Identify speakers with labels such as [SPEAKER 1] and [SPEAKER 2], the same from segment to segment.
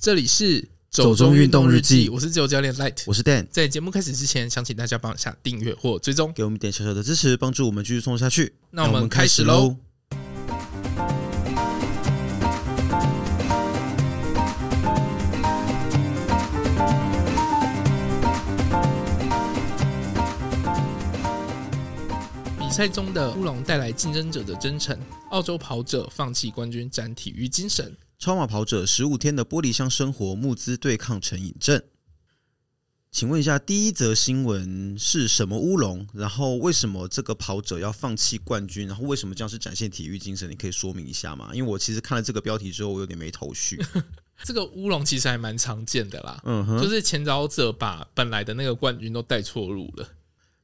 [SPEAKER 1] 这里是
[SPEAKER 2] 走中运动日记
[SPEAKER 1] 我是自由教练 Light。
[SPEAKER 2] 我是 Dan，
[SPEAKER 1] 在节目开始之前，想请大家帮我下订阅或追踪。
[SPEAKER 2] 给我们一点小小的支持，帮助我们继续送下去。
[SPEAKER 1] 那我们开始喽。比赛中的乌龙带来竞争者的真诚，澳洲跑者放弃冠军战体育精神。
[SPEAKER 2] 超马跑者十五天的玻璃箱生活募资对抗成瘾症。请问一下，第一则新闻是什么乌龙？然后为什么这个跑者要放弃冠军？然后为什么这样是展现体育精神？你可以说明一下吗？因为我其实看了这个标题之后，我有点没 头绪。
[SPEAKER 1] 这个乌龙其实还蛮常见的啦，
[SPEAKER 2] 嗯哼，
[SPEAKER 1] 就是前导者把本来的那个冠军都带错路了。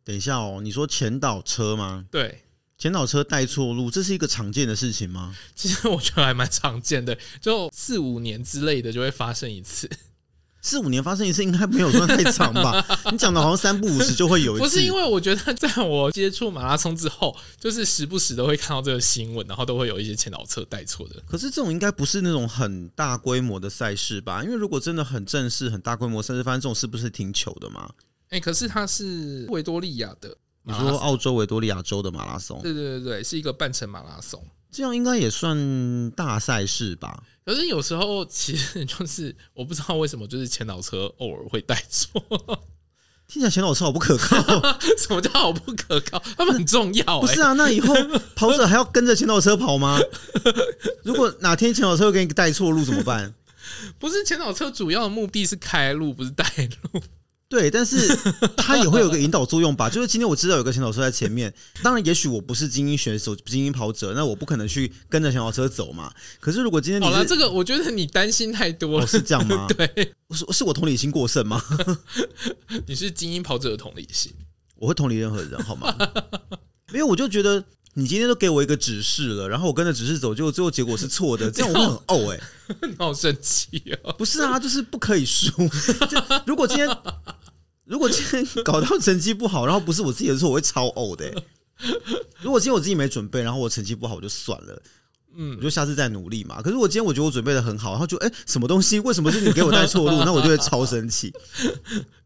[SPEAKER 2] 等一下哦，你说前导车吗？
[SPEAKER 1] 对，
[SPEAKER 2] 前导车带错路，这是一个常见的事情吗？
[SPEAKER 1] 其实我觉得还蛮常见的，就四五年之类的就会发生一次，
[SPEAKER 2] 四五年发生一次，应该没有算太 长吧？你讲的好像三不五时就会有一次，
[SPEAKER 1] 不是因为我觉得在我接触马拉松之后，就是时不时都会看到这个新闻，然后都会有一些前导车带错的。
[SPEAKER 2] 可是这种应该不是那种很大规模的赛事吧？因为如果真的很正式、很大规模赛事发生这种事，不是挺糗的吗？
[SPEAKER 1] 哎、可是它是维多利亚的
[SPEAKER 2] 你
[SPEAKER 1] 马拉松，
[SPEAKER 2] 说澳洲维多利亚州的马拉松，
[SPEAKER 1] 对对对对，是一个半程马拉松。
[SPEAKER 2] 这样应该也算大赛事吧？
[SPEAKER 1] 可是有时候其实就是我不知道为什么，就是前导车偶尔会带错。
[SPEAKER 2] 听起来前导车好不可靠，
[SPEAKER 1] 什么叫 好欸不可靠？他们很重要、欸，
[SPEAKER 2] 不是啊？那以后跑者还要跟着前导车跑吗？如果哪天前导车又给你带错路怎么办？
[SPEAKER 1] 不是前导车主要的目的是开路，不是带路。
[SPEAKER 2] 对，但是它也会有个引导作用吧。就是今天我知道有个前导车在前面，当然也许我不是精英选手、精英跑者，那我不可能去跟着前导车走嘛。可是如果哎今天你
[SPEAKER 1] 好了，
[SPEAKER 2] 是
[SPEAKER 1] 这个我觉得你担心太多
[SPEAKER 2] 哦
[SPEAKER 1] 了。
[SPEAKER 2] 是这样吗？
[SPEAKER 1] 对，
[SPEAKER 2] 是是我同理心过剩吗？哦
[SPEAKER 1] 你是精英跑者的同理心。
[SPEAKER 2] 我会同理任何人好吗？因为我就觉得你今天都给我一个指示了，然后我跟着指示走，结果最后结果是错的，这样我 会很怄哎、
[SPEAKER 1] 你好生气哦！
[SPEAKER 2] 不是啊，就是不可以输。 就如果今天如果今天搞到成绩不好，然后不是我自己的错，我会超呕的欸、如果今天我自己没准备，然后我成绩不好，我就算了，我
[SPEAKER 1] 嗯，
[SPEAKER 2] 就下次再努力嘛。可是我今天我觉得我准备的很好，然后就哎、什么东西？为什么是你给我带错路？那我就会超生气，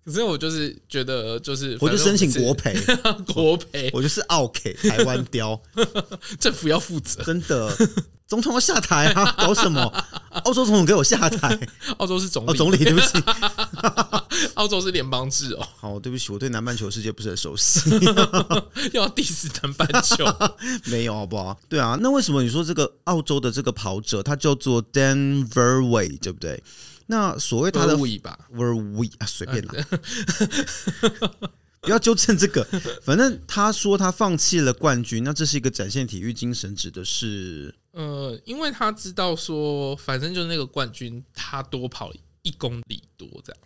[SPEAKER 1] 可是我就是觉得，就是
[SPEAKER 2] 我就申请国
[SPEAKER 1] 赔，
[SPEAKER 2] 赔，
[SPEAKER 1] 国赔
[SPEAKER 2] 我就是奥 K 台湾雕，
[SPEAKER 1] 政府要负责。
[SPEAKER 2] 真的。总统要下台啊！搞什么？澳洲总统给我下台！
[SPEAKER 1] 澳洲是总理，
[SPEAKER 2] 哦，总理，对不起，
[SPEAKER 1] 澳洲是联邦制哦，
[SPEAKER 2] 好，对不起，我对南半球世界不是很熟悉。
[SPEAKER 1] 又 要 diss 南半 球。
[SPEAKER 2] 没有，好不好？对啊，那为什么你说这个澳洲的这个跑者，他叫做 Denver Way，对不对？那所谓他的
[SPEAKER 1] 故意吧？
[SPEAKER 2] Way 啊，随便啦， 不要纠正这个。反正他说他放弃了冠军，那这是一个展现体育精神，指的是
[SPEAKER 1] 呃，因为他知道说，反正就是那个冠军，他多跑一公里多这样。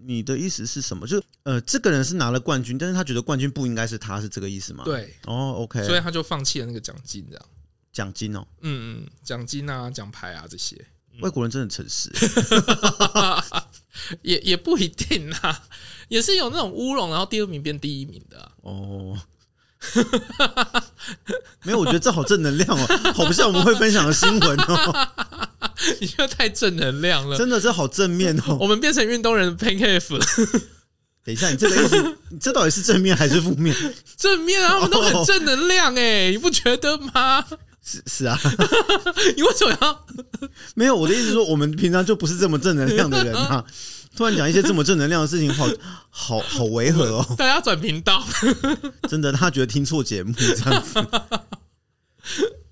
[SPEAKER 2] 你的意思是什么？就是呃，这个人是拿了冠军，但是他觉得冠军不应该是他，是这个意思吗？。
[SPEAKER 1] 对，
[SPEAKER 2] 哦
[SPEAKER 1] 所以
[SPEAKER 2] ，OK，
[SPEAKER 1] 他就放弃了那个奖金，这样。
[SPEAKER 2] 奖金哦，
[SPEAKER 1] 嗯嗯，奖金啊、奖牌啊这些，
[SPEAKER 2] 外国人真的很诚实。
[SPEAKER 1] 也也不一定啊， 也是有那种乌龙，然后第二名变第一名的啊、
[SPEAKER 2] 哦， 没有，我觉得这好正能量哦， 好不像我们会分享的新闻 哦，
[SPEAKER 1] 你这太正能量了。
[SPEAKER 2] 真的这好正面哦。
[SPEAKER 1] 我们变成运动人的 pancake 了，
[SPEAKER 2] 等一下，你这个意 思，你这到底是正面还是负面？
[SPEAKER 1] 正面啊，他们都很
[SPEAKER 2] 哦
[SPEAKER 1] 正能量哎、你不觉得吗？
[SPEAKER 2] 是是啊，
[SPEAKER 1] 你为什么要？
[SPEAKER 2] 没有，我的意思是说，我们平常就不是这么正能量的人 啊，突然讲一些这么正能量的事情，好好好违和哦，
[SPEAKER 1] 大家转频道？
[SPEAKER 2] 真的，他觉得听错节目这样 子。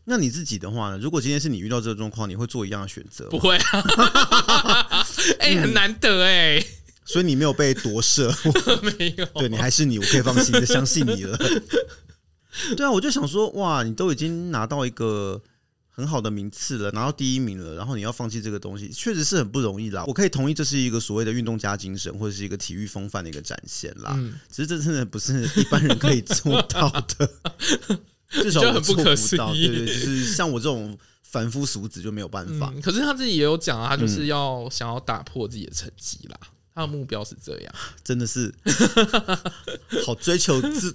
[SPEAKER 2] 那你自己的话呢？如果今天是你遇到这个状况，你会做一样的选择吗
[SPEAKER 1] 不，会啊， 哎、很难得哎、
[SPEAKER 2] 所以你没有被夺舍。
[SPEAKER 1] 没有。
[SPEAKER 2] 对你还是你，我可以放心的相信你了。 对啊，我就想说，哇，你都已经拿到一个很好的名次了，拿到第一名了，然后你要放弃这个东西，确实是很不容易啦。我可以同意，这是一个所谓的运动家精神，或者是一个体育风范的一个展现啦。
[SPEAKER 1] 嗯
[SPEAKER 2] 只是这真的不是一般人可以做到 的，至少
[SPEAKER 1] 就
[SPEAKER 2] 我
[SPEAKER 1] 很不
[SPEAKER 2] 做
[SPEAKER 1] 可思
[SPEAKER 2] 不到。
[SPEAKER 1] 议
[SPEAKER 2] 对对，就是像我这种凡夫俗子就没有办法。
[SPEAKER 1] 嗯，可是他自己也有讲啊，他就是要想要打破自己的成绩啦，他的目标是这样。
[SPEAKER 2] 真的是好追求 自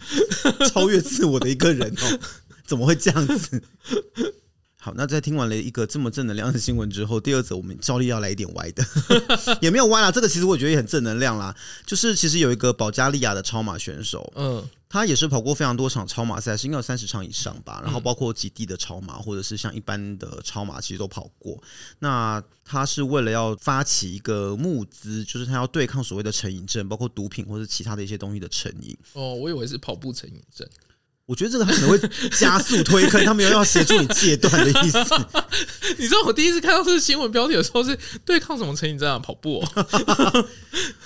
[SPEAKER 2] 超越自我的一个人哦，怎么会这样子？好，那在听完了一个这么正能量的新闻之后，第二则我们照例要来一点歪的， 也没有歪啦。这个其实我觉得也很正能量啦，就是其实有一个保加利亚的超马选手，
[SPEAKER 1] 嗯
[SPEAKER 2] 他也是跑过非常多场超马赛事，应该有三十场以上吧。然后包括极地的超马，或者是像一般的超马，其实都跑过。那他是为了要发起一个募资，就是他要对抗所谓的成瘾症，包括毒品或者其他的一些东西的成瘾。
[SPEAKER 1] 哦，我以为是跑步成瘾症，
[SPEAKER 2] 我觉得这个他可能会加速推坑，他没有要协助你戒断的意思。
[SPEAKER 1] 你知道我第一次看到这个新闻标题的时候是对抗什么成瘾症啊？跑步、 哦，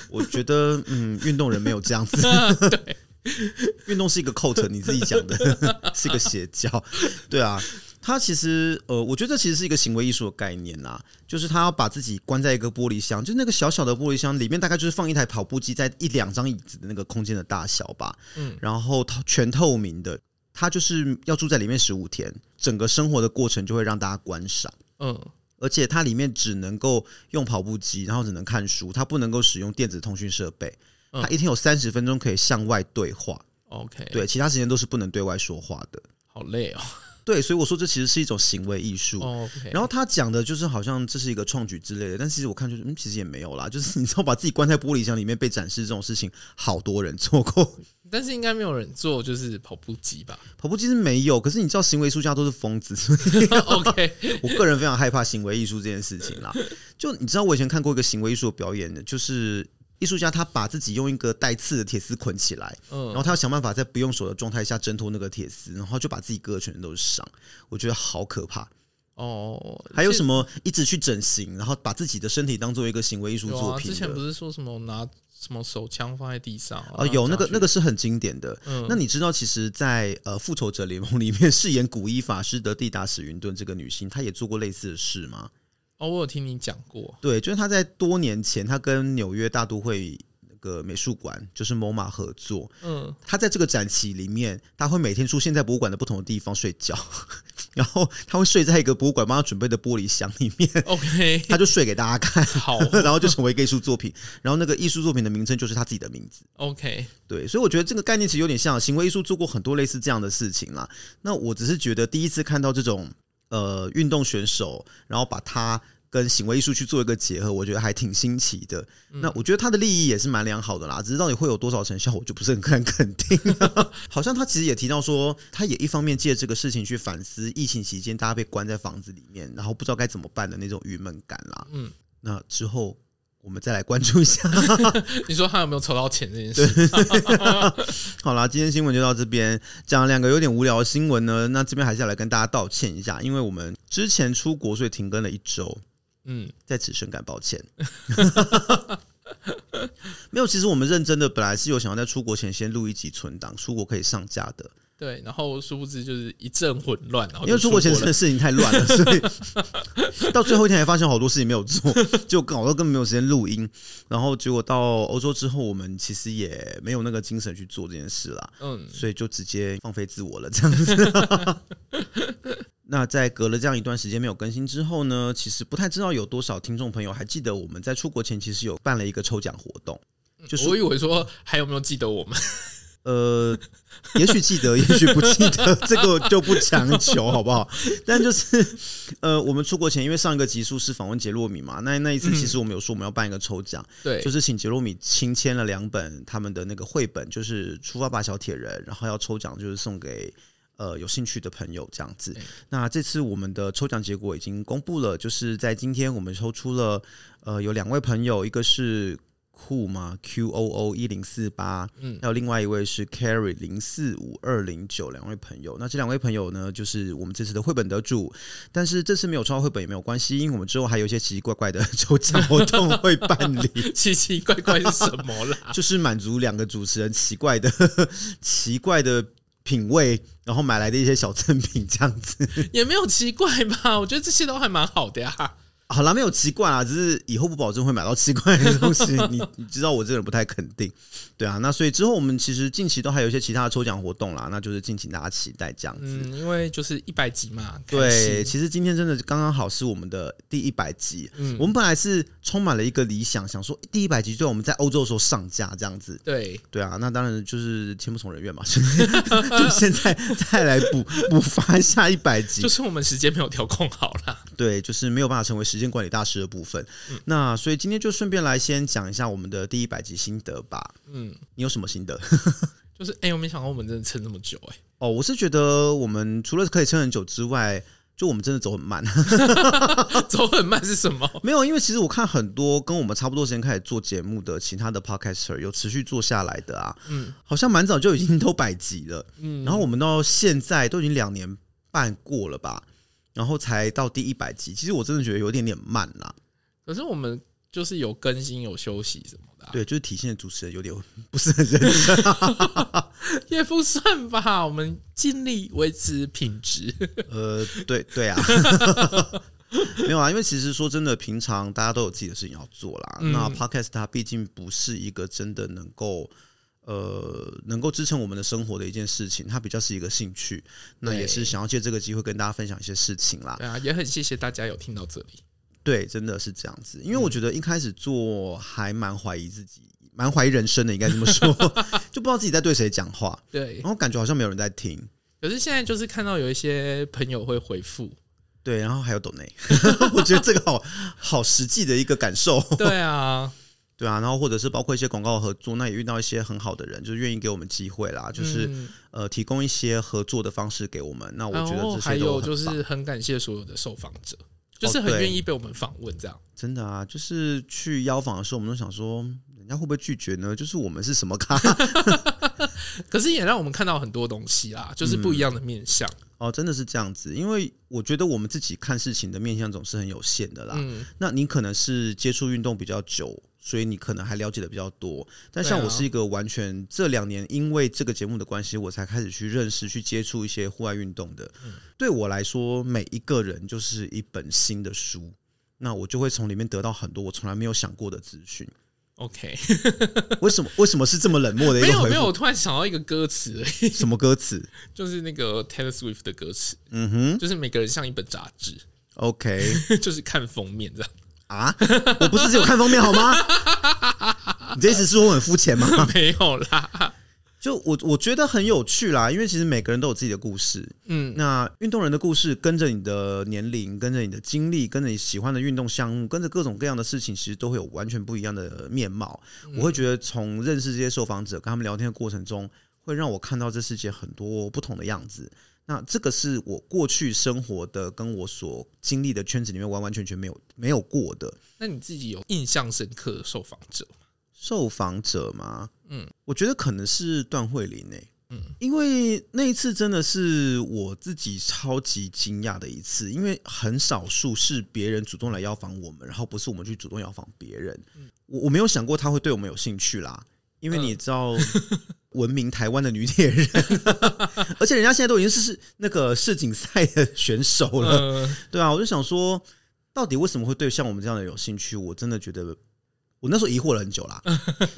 [SPEAKER 2] 我觉得，嗯，运动人没有这样子。
[SPEAKER 1] 对，
[SPEAKER 2] 运动是一个 cult，你自己讲的 是一个邪教，对啊。他其实，呃，我觉得这其实是一个行为艺术的概念啦，就是他要把自己关在一个玻璃箱，就那个小小的玻璃箱里面，大概就是放一台跑步机在一两张椅子的那个空间的大小吧，
[SPEAKER 1] 嗯
[SPEAKER 2] 然后它全透明的，他就是要住在里面十五天，整个生活的过程就会让大家观赏。
[SPEAKER 1] 嗯
[SPEAKER 2] 而且它里面只能够用跑步机，然后只能看书，它不能够使用电子通讯设备。
[SPEAKER 1] 嗯
[SPEAKER 2] 它一天有三十分钟可以向外对话，
[SPEAKER 1] ，OK，，
[SPEAKER 2] 对，其他时间都是不能对外说话的。
[SPEAKER 1] 好累 哦
[SPEAKER 2] 对，所以我说这其实是一种行为艺术。
[SPEAKER 1] ，OK，
[SPEAKER 2] 然后他讲的就是好像这是一个创举之类的，但其实我看就是嗯，其实也没有啦。就是 你知道把自己关在玻璃箱里面被展示这种事情，好多人做过。
[SPEAKER 1] 但是应该没有人做就是跑步机吧
[SPEAKER 2] 跑步机是没有，可是你知道行为艺术家都是疯子，所以
[SPEAKER 1] ？OK，
[SPEAKER 2] 我个人非常害怕行为艺术这件事情啦。就你知道，我以前看过一个行为艺术的表演的，就是艺术家他把自己用一个带刺的铁丝捆起来，然后
[SPEAKER 1] 嗯，
[SPEAKER 2] 他要想办法在不用手的状态下挣脱那个铁丝，然后就把自己割的全身都是伤，我觉得好可怕。
[SPEAKER 1] 哦，
[SPEAKER 2] 还有什
[SPEAKER 1] 么
[SPEAKER 2] 么一直去整形，然后把自己的身体当做一个行为艺术
[SPEAKER 1] 有
[SPEAKER 2] 作
[SPEAKER 1] 啊？
[SPEAKER 2] 品
[SPEAKER 1] 之前不
[SPEAKER 2] 的。
[SPEAKER 1] 是说什么拿什么手枪放在地上啊
[SPEAKER 2] 啊，有那个那，
[SPEAKER 1] 然后
[SPEAKER 2] 个是很经典的。
[SPEAKER 1] 拿去嗯，
[SPEAKER 2] 那你知道，其实在，呃《复仇者联盟》里面饰演古一法师的蒂达史云顿这个女星，她也做过类似的事吗？
[SPEAKER 1] 哦，我有听你讲过，
[SPEAKER 2] 对，就是他在多年前，他跟纽约大都会那个美术馆，就是 MoMA 合作。
[SPEAKER 1] 嗯，
[SPEAKER 2] 他在这个展期里面，他会每天出现在博物馆的不同的地方睡觉， 然后他会睡在一个博物馆帮他准备的玻璃箱里面，
[SPEAKER 1] OK，
[SPEAKER 2] 他就睡给大家看，
[SPEAKER 1] 好
[SPEAKER 2] 然后就成为一个艺术作品。然后那个艺术作品的名称就是他自己的名字。
[SPEAKER 1] ，OK，
[SPEAKER 2] 对，所以我觉得这个概念其实有点像行为艺术做过很多类似这样的事情啦。那我只是觉得第一次看到这种呃运动选手，然后把它跟行为艺术去做一个结合，我觉得还挺新奇的。那我觉得它的利益也是蛮良好的啦，只是到底会有多少成效，我就不是很很肯定、啊 好像他其实也提到说，他也一方面借这个事情去反思疫情期间大家被关在房子里面，然后不知道该怎么办的那种郁闷感啦。
[SPEAKER 1] 嗯
[SPEAKER 2] 嗯，那之后我们再来关注一下。
[SPEAKER 1] 你说他有没有筹到钱这件事？
[SPEAKER 2] 好啦，今天新闻就到这边，讲了两个有点无聊的新闻呢。那这边还是要来跟大家道歉一下，因为我们之前出国，所以停更了一周，
[SPEAKER 1] 嗯，
[SPEAKER 2] 在此深感抱歉。 没有，其实我们认真的，本来是有想要在出国前先录一集存档，出国可以上架的。
[SPEAKER 1] 对，然后殊不知就是一阵混乱，然后
[SPEAKER 2] 因为
[SPEAKER 1] 哦就出
[SPEAKER 2] 出国前真
[SPEAKER 1] 了
[SPEAKER 2] 的事情太乱了，所以到最后一天还发现好多事情没有做，就搞到根本没有时间录音。然后结果到欧洲之后，我们其实也没有那个精神去做这件事啦。
[SPEAKER 1] 嗯，
[SPEAKER 2] 所以就直接放飞自我了，这样子。 那在隔了这样一段时间没有更新之后呢，其实不太知道有多少听众朋友还记得我们在出国前其实有办了一个抽奖活动，就是
[SPEAKER 1] 我以为说还有没有记得我们？
[SPEAKER 2] 呃，也许记得，也许不记得，这个就不强求，好不好？ 但就是，呃，我们出国前，因为上一个集数是访问杰洛米嘛，那那一次其实我们有说我们要办一个抽奖，
[SPEAKER 1] 对，
[SPEAKER 2] 就是请杰洛米亲签了两本他们的那个绘本，就是《出发吧，小铁人》，然后要抽奖就是送给呃有兴趣的朋友这样子
[SPEAKER 1] 对。
[SPEAKER 2] 那这次我们的抽奖结果已经公布了，就是在今天我们抽出了呃有两位朋友，一个是。酷嘛 Q O O 一零四八，
[SPEAKER 1] 嗯
[SPEAKER 2] 还有另外一位是 Carry 零四五二零九，两位朋友。那这两位朋友呢，就是我们这次的绘本得主。但是这次没有抽到绘本也没有关系，因为我们之后还有一些奇奇怪怪的抽奖活动会办理。
[SPEAKER 1] 奇奇怪怪是什么啦？
[SPEAKER 2] 就是满足两个主持人奇怪的 奇怪的品味，然后买来的一些小赠品这样子。
[SPEAKER 1] 也没有奇怪吧？我觉得这些都还蛮好的呀。
[SPEAKER 2] 好啦，没有奇怪啊，只是以后不保证会买到奇怪的东西。你 你知道我这个人不太肯定，对啊。那所以之后我们其实近期都还有一些其他的抽奖活动啦，那就是敬请大家期待这样子。
[SPEAKER 1] 嗯，因为就是一百集嘛，
[SPEAKER 2] 对，
[SPEAKER 1] 开始，
[SPEAKER 2] 其实今天真的刚刚好是我们的第一百集。
[SPEAKER 1] 嗯
[SPEAKER 2] 我，们本来是充满了一个理想，想说第一百集就我们在欧洲的时候上架这样子。
[SPEAKER 1] 对，
[SPEAKER 2] 对啊，那当然就是天不从人愿嘛， 所以就现在再来补补发一下一百集
[SPEAKER 1] 就。是我们时间没有调控好啦。
[SPEAKER 2] 对，就是没有办法成为时间管理大师的部分。
[SPEAKER 1] 嗯
[SPEAKER 2] 那所以今天就顺便来先讲一下我们的第一百集心得吧。
[SPEAKER 1] 嗯，
[SPEAKER 2] 你有什么心得？
[SPEAKER 1] 就是哎、我没想到我们真的撑那么久哎、
[SPEAKER 2] 哦，我是觉得我们除了可以撑很久之外，就我们真的走很慢。
[SPEAKER 1] 走很慢是什么？
[SPEAKER 2] 没有，因为其实我看很多跟我们差不多时间开始做节目的其他的 podcaster 有持续做下来的啊，
[SPEAKER 1] 嗯
[SPEAKER 2] 好像蛮早就已经都百集了，
[SPEAKER 1] 嗯，
[SPEAKER 2] 然后我们到现在都已经两年半过了吧，然后才到第一百集，其实我真的觉得有一点点慢啦。
[SPEAKER 1] 可是我们就是有更新、有休息什么的、啊，
[SPEAKER 2] 对，就是体现主持人 有点不是很认真。
[SPEAKER 1] 也不算吧。我们尽力维持品 质。
[SPEAKER 2] 呃，对 对啊。没有啊，因为其实说真的，平常大家都有自己的事情要做啦。
[SPEAKER 1] 嗯
[SPEAKER 2] 那 podcast 它毕竟不是一个真的能够呃能够支撑我们的生活的一件事情，它比较是一个兴趣。那
[SPEAKER 1] 对
[SPEAKER 2] 也是想要借这个机会跟大家分享一些事情啦。
[SPEAKER 1] 对啊，也很谢谢大家有听到这里。
[SPEAKER 2] 对，真的是这样子。因为我
[SPEAKER 1] 嗯
[SPEAKER 2] 觉得一开始做还蛮怀疑自己，蛮怀疑人生的，应该这 么说，就不知道自己在对谁讲话，
[SPEAKER 1] 对
[SPEAKER 2] 然，后感觉好像没有人在听。
[SPEAKER 1] 可是现在就是看到有一些朋友会回复，
[SPEAKER 2] 对，然后还有抖 内，我觉得这个好好实际的一个感受。
[SPEAKER 1] 对啊，
[SPEAKER 2] 对啊，然后或者是包括一些广告合作，那也遇到一些很好的人，就是愿意给我们机会啦，就是、
[SPEAKER 1] 嗯
[SPEAKER 2] 呃提供一些合作的方式给我们。那我
[SPEAKER 1] 然
[SPEAKER 2] 觉得
[SPEAKER 1] 后
[SPEAKER 2] 这
[SPEAKER 1] 哦还
[SPEAKER 2] 些
[SPEAKER 1] 有
[SPEAKER 2] 都
[SPEAKER 1] 就
[SPEAKER 2] 很棒，哦
[SPEAKER 1] 是很感谢所有的受访者，就是很
[SPEAKER 2] 对
[SPEAKER 1] 愿意被我们访问这样。
[SPEAKER 2] 真的啊，就是去邀访的时候，我们都想说，人家会不会拒绝呢？就是我们是什么咖
[SPEAKER 1] 可是也让我们看到很多东西啦，就是不一样的面相。
[SPEAKER 2] 哦，真的是这样子，因为我觉得我们自己看事情的面向总是很有限的啦。
[SPEAKER 1] 嗯，
[SPEAKER 2] 那你可能是接触运动比较久，所以你可能还了解的比较多。但像
[SPEAKER 1] 对啊
[SPEAKER 2] 我是一个完全这两年因为这个节目的关系，我才开始去认识、去接触一些户外运动的。
[SPEAKER 1] 嗯
[SPEAKER 2] 对我来说，每一个人就是一本新的书，那我就会从里面得到很多我从来没有想过的资讯。
[SPEAKER 1] OK，
[SPEAKER 2] 为什么？为什么是这么冷漠的一
[SPEAKER 1] 没
[SPEAKER 2] 个
[SPEAKER 1] 有
[SPEAKER 2] 回
[SPEAKER 1] 没有，我
[SPEAKER 2] 复？
[SPEAKER 1] 突然想到一个歌词而已，
[SPEAKER 2] 什么歌词？
[SPEAKER 1] 就是那个 Taylor Swift 的歌词，
[SPEAKER 2] 嗯哼
[SPEAKER 1] 就是每个人像一本杂志，
[SPEAKER 2] ，OK
[SPEAKER 1] 就是看封面这样。
[SPEAKER 2] 啊，我不是只有看封面好吗？你这意思是说我很肤浅吗？
[SPEAKER 1] 没有啦，
[SPEAKER 2] 就我我觉得很有趣啦，因为其实每个人都有自己的故事。
[SPEAKER 1] 嗯，
[SPEAKER 2] 那运动人的故事跟着你的年龄，跟着你的经历，跟着你喜欢的运动项目，跟着各种各样的事情，其实都会有完全不一样的面貌。我会觉得从认识这些受访者，跟他们聊天的过程中，会让我看到这世界很多不同的样子。那这个是我过去生活的，跟我所经历的圈子里面完完全全没有没有过的。
[SPEAKER 1] 那你自己有印象深刻的受访者吗？
[SPEAKER 2] 受访者嘛，
[SPEAKER 1] 嗯
[SPEAKER 2] 嗯，我觉得可能是段慧琳诶、
[SPEAKER 1] 嗯
[SPEAKER 2] 嗯，因为那一次真的是我自己超级惊讶的一次，因为很少数是别人主动来邀访我们，然后不是我们去主动邀访别人。我我没有想过他会对我们有兴趣啦，因为
[SPEAKER 1] 嗯
[SPEAKER 2] 你知道，闻名台湾的女铁人， 而且人家现在都已经是是那个世锦赛的选手了，
[SPEAKER 1] 呃，
[SPEAKER 2] 对啊，我就想说，到底为什么会对像我们这样的人有兴趣？我真的觉得，我那时候疑惑了很久啦。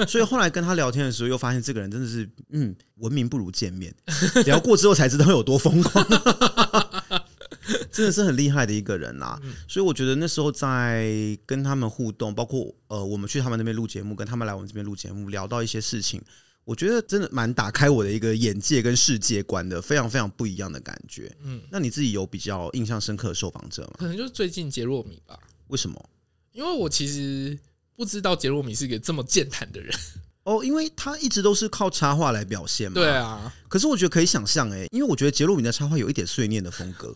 [SPEAKER 2] 所以后来跟他聊天的时候，又发现这个人真的是，嗯，文明不如见面。聊过之后才知道有多疯狂， 真的是很厉害的一个人啦。 所以我觉得那时候在跟他们互动，包括呃，我们去他们那边录节目，跟他们来我们这边录节目，聊到一些事情。我觉得真的蛮打开我的一个眼界跟世界观的，非常非常不一样的感觉。
[SPEAKER 1] 嗯
[SPEAKER 2] 嗯，那你自己有比较印象深刻的受访者吗？
[SPEAKER 1] 可能就是最近杰洛米吧，
[SPEAKER 2] 为什么？
[SPEAKER 1] 因为我其实不知道杰洛米是个这么健谈的人。
[SPEAKER 2] 哦，因为他一直都是靠插画来表现 嘛。
[SPEAKER 1] 对啊，
[SPEAKER 2] 可是我觉得可以想象，哎，因为我觉得杰洛米的插画有一点碎念的风 格，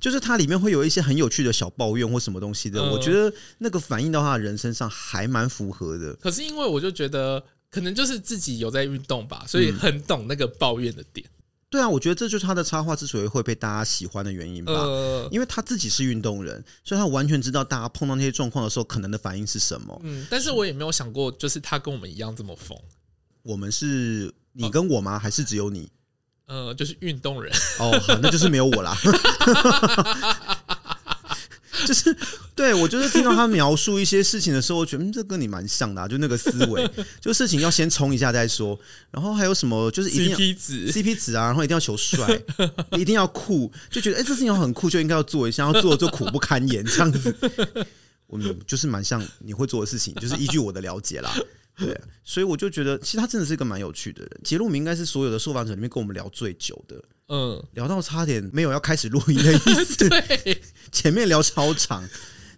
[SPEAKER 2] 就是它里面会有一些很有趣的小抱怨或什么东西的，
[SPEAKER 1] 嗯
[SPEAKER 2] 我觉得那个反映到他的人身上还蛮符合的。
[SPEAKER 1] 可是因为我就觉得。可能就是自己有在运动吧，所以
[SPEAKER 2] 嗯
[SPEAKER 1] 很懂那个抱怨的点。
[SPEAKER 2] 对啊，我觉得这就是他的插画之所以会被大家喜欢的原因吧。
[SPEAKER 1] 呃，
[SPEAKER 2] 因为他自己是运动人，所以他完全知道大家碰到那些状况的时候可能的反应是什么。
[SPEAKER 1] 嗯，但是我也没有想过，就是他跟我们一样这么疯。
[SPEAKER 2] 我们是你跟我吗？还是只有你？
[SPEAKER 1] 呃，就是运动人，
[SPEAKER 2] 哦，好，那就是没有我啦。就是对我就是听到他描述一些事情的时候，我觉得、嗯、这跟你蛮像的、啊，就那个思维，就事情要先冲一下再说。然后还有什么就是一定要
[SPEAKER 1] CP 值
[SPEAKER 2] CP 值啊，然后一定要求帅，一定要酷，就觉得哎、这事情很酷，就应该要做一下，然后做了就苦不堪言这样子。我们就是蛮像你会做的事情，就是依据我的了解啦。对，所以我就觉得，其实他真的是一个蛮有趣的人。杰路明应该是所有的受访者里面跟我们聊最久的，
[SPEAKER 1] 嗯，
[SPEAKER 2] 聊到差点没有要开始录音的意 思。
[SPEAKER 1] 对，
[SPEAKER 2] 前面聊超长，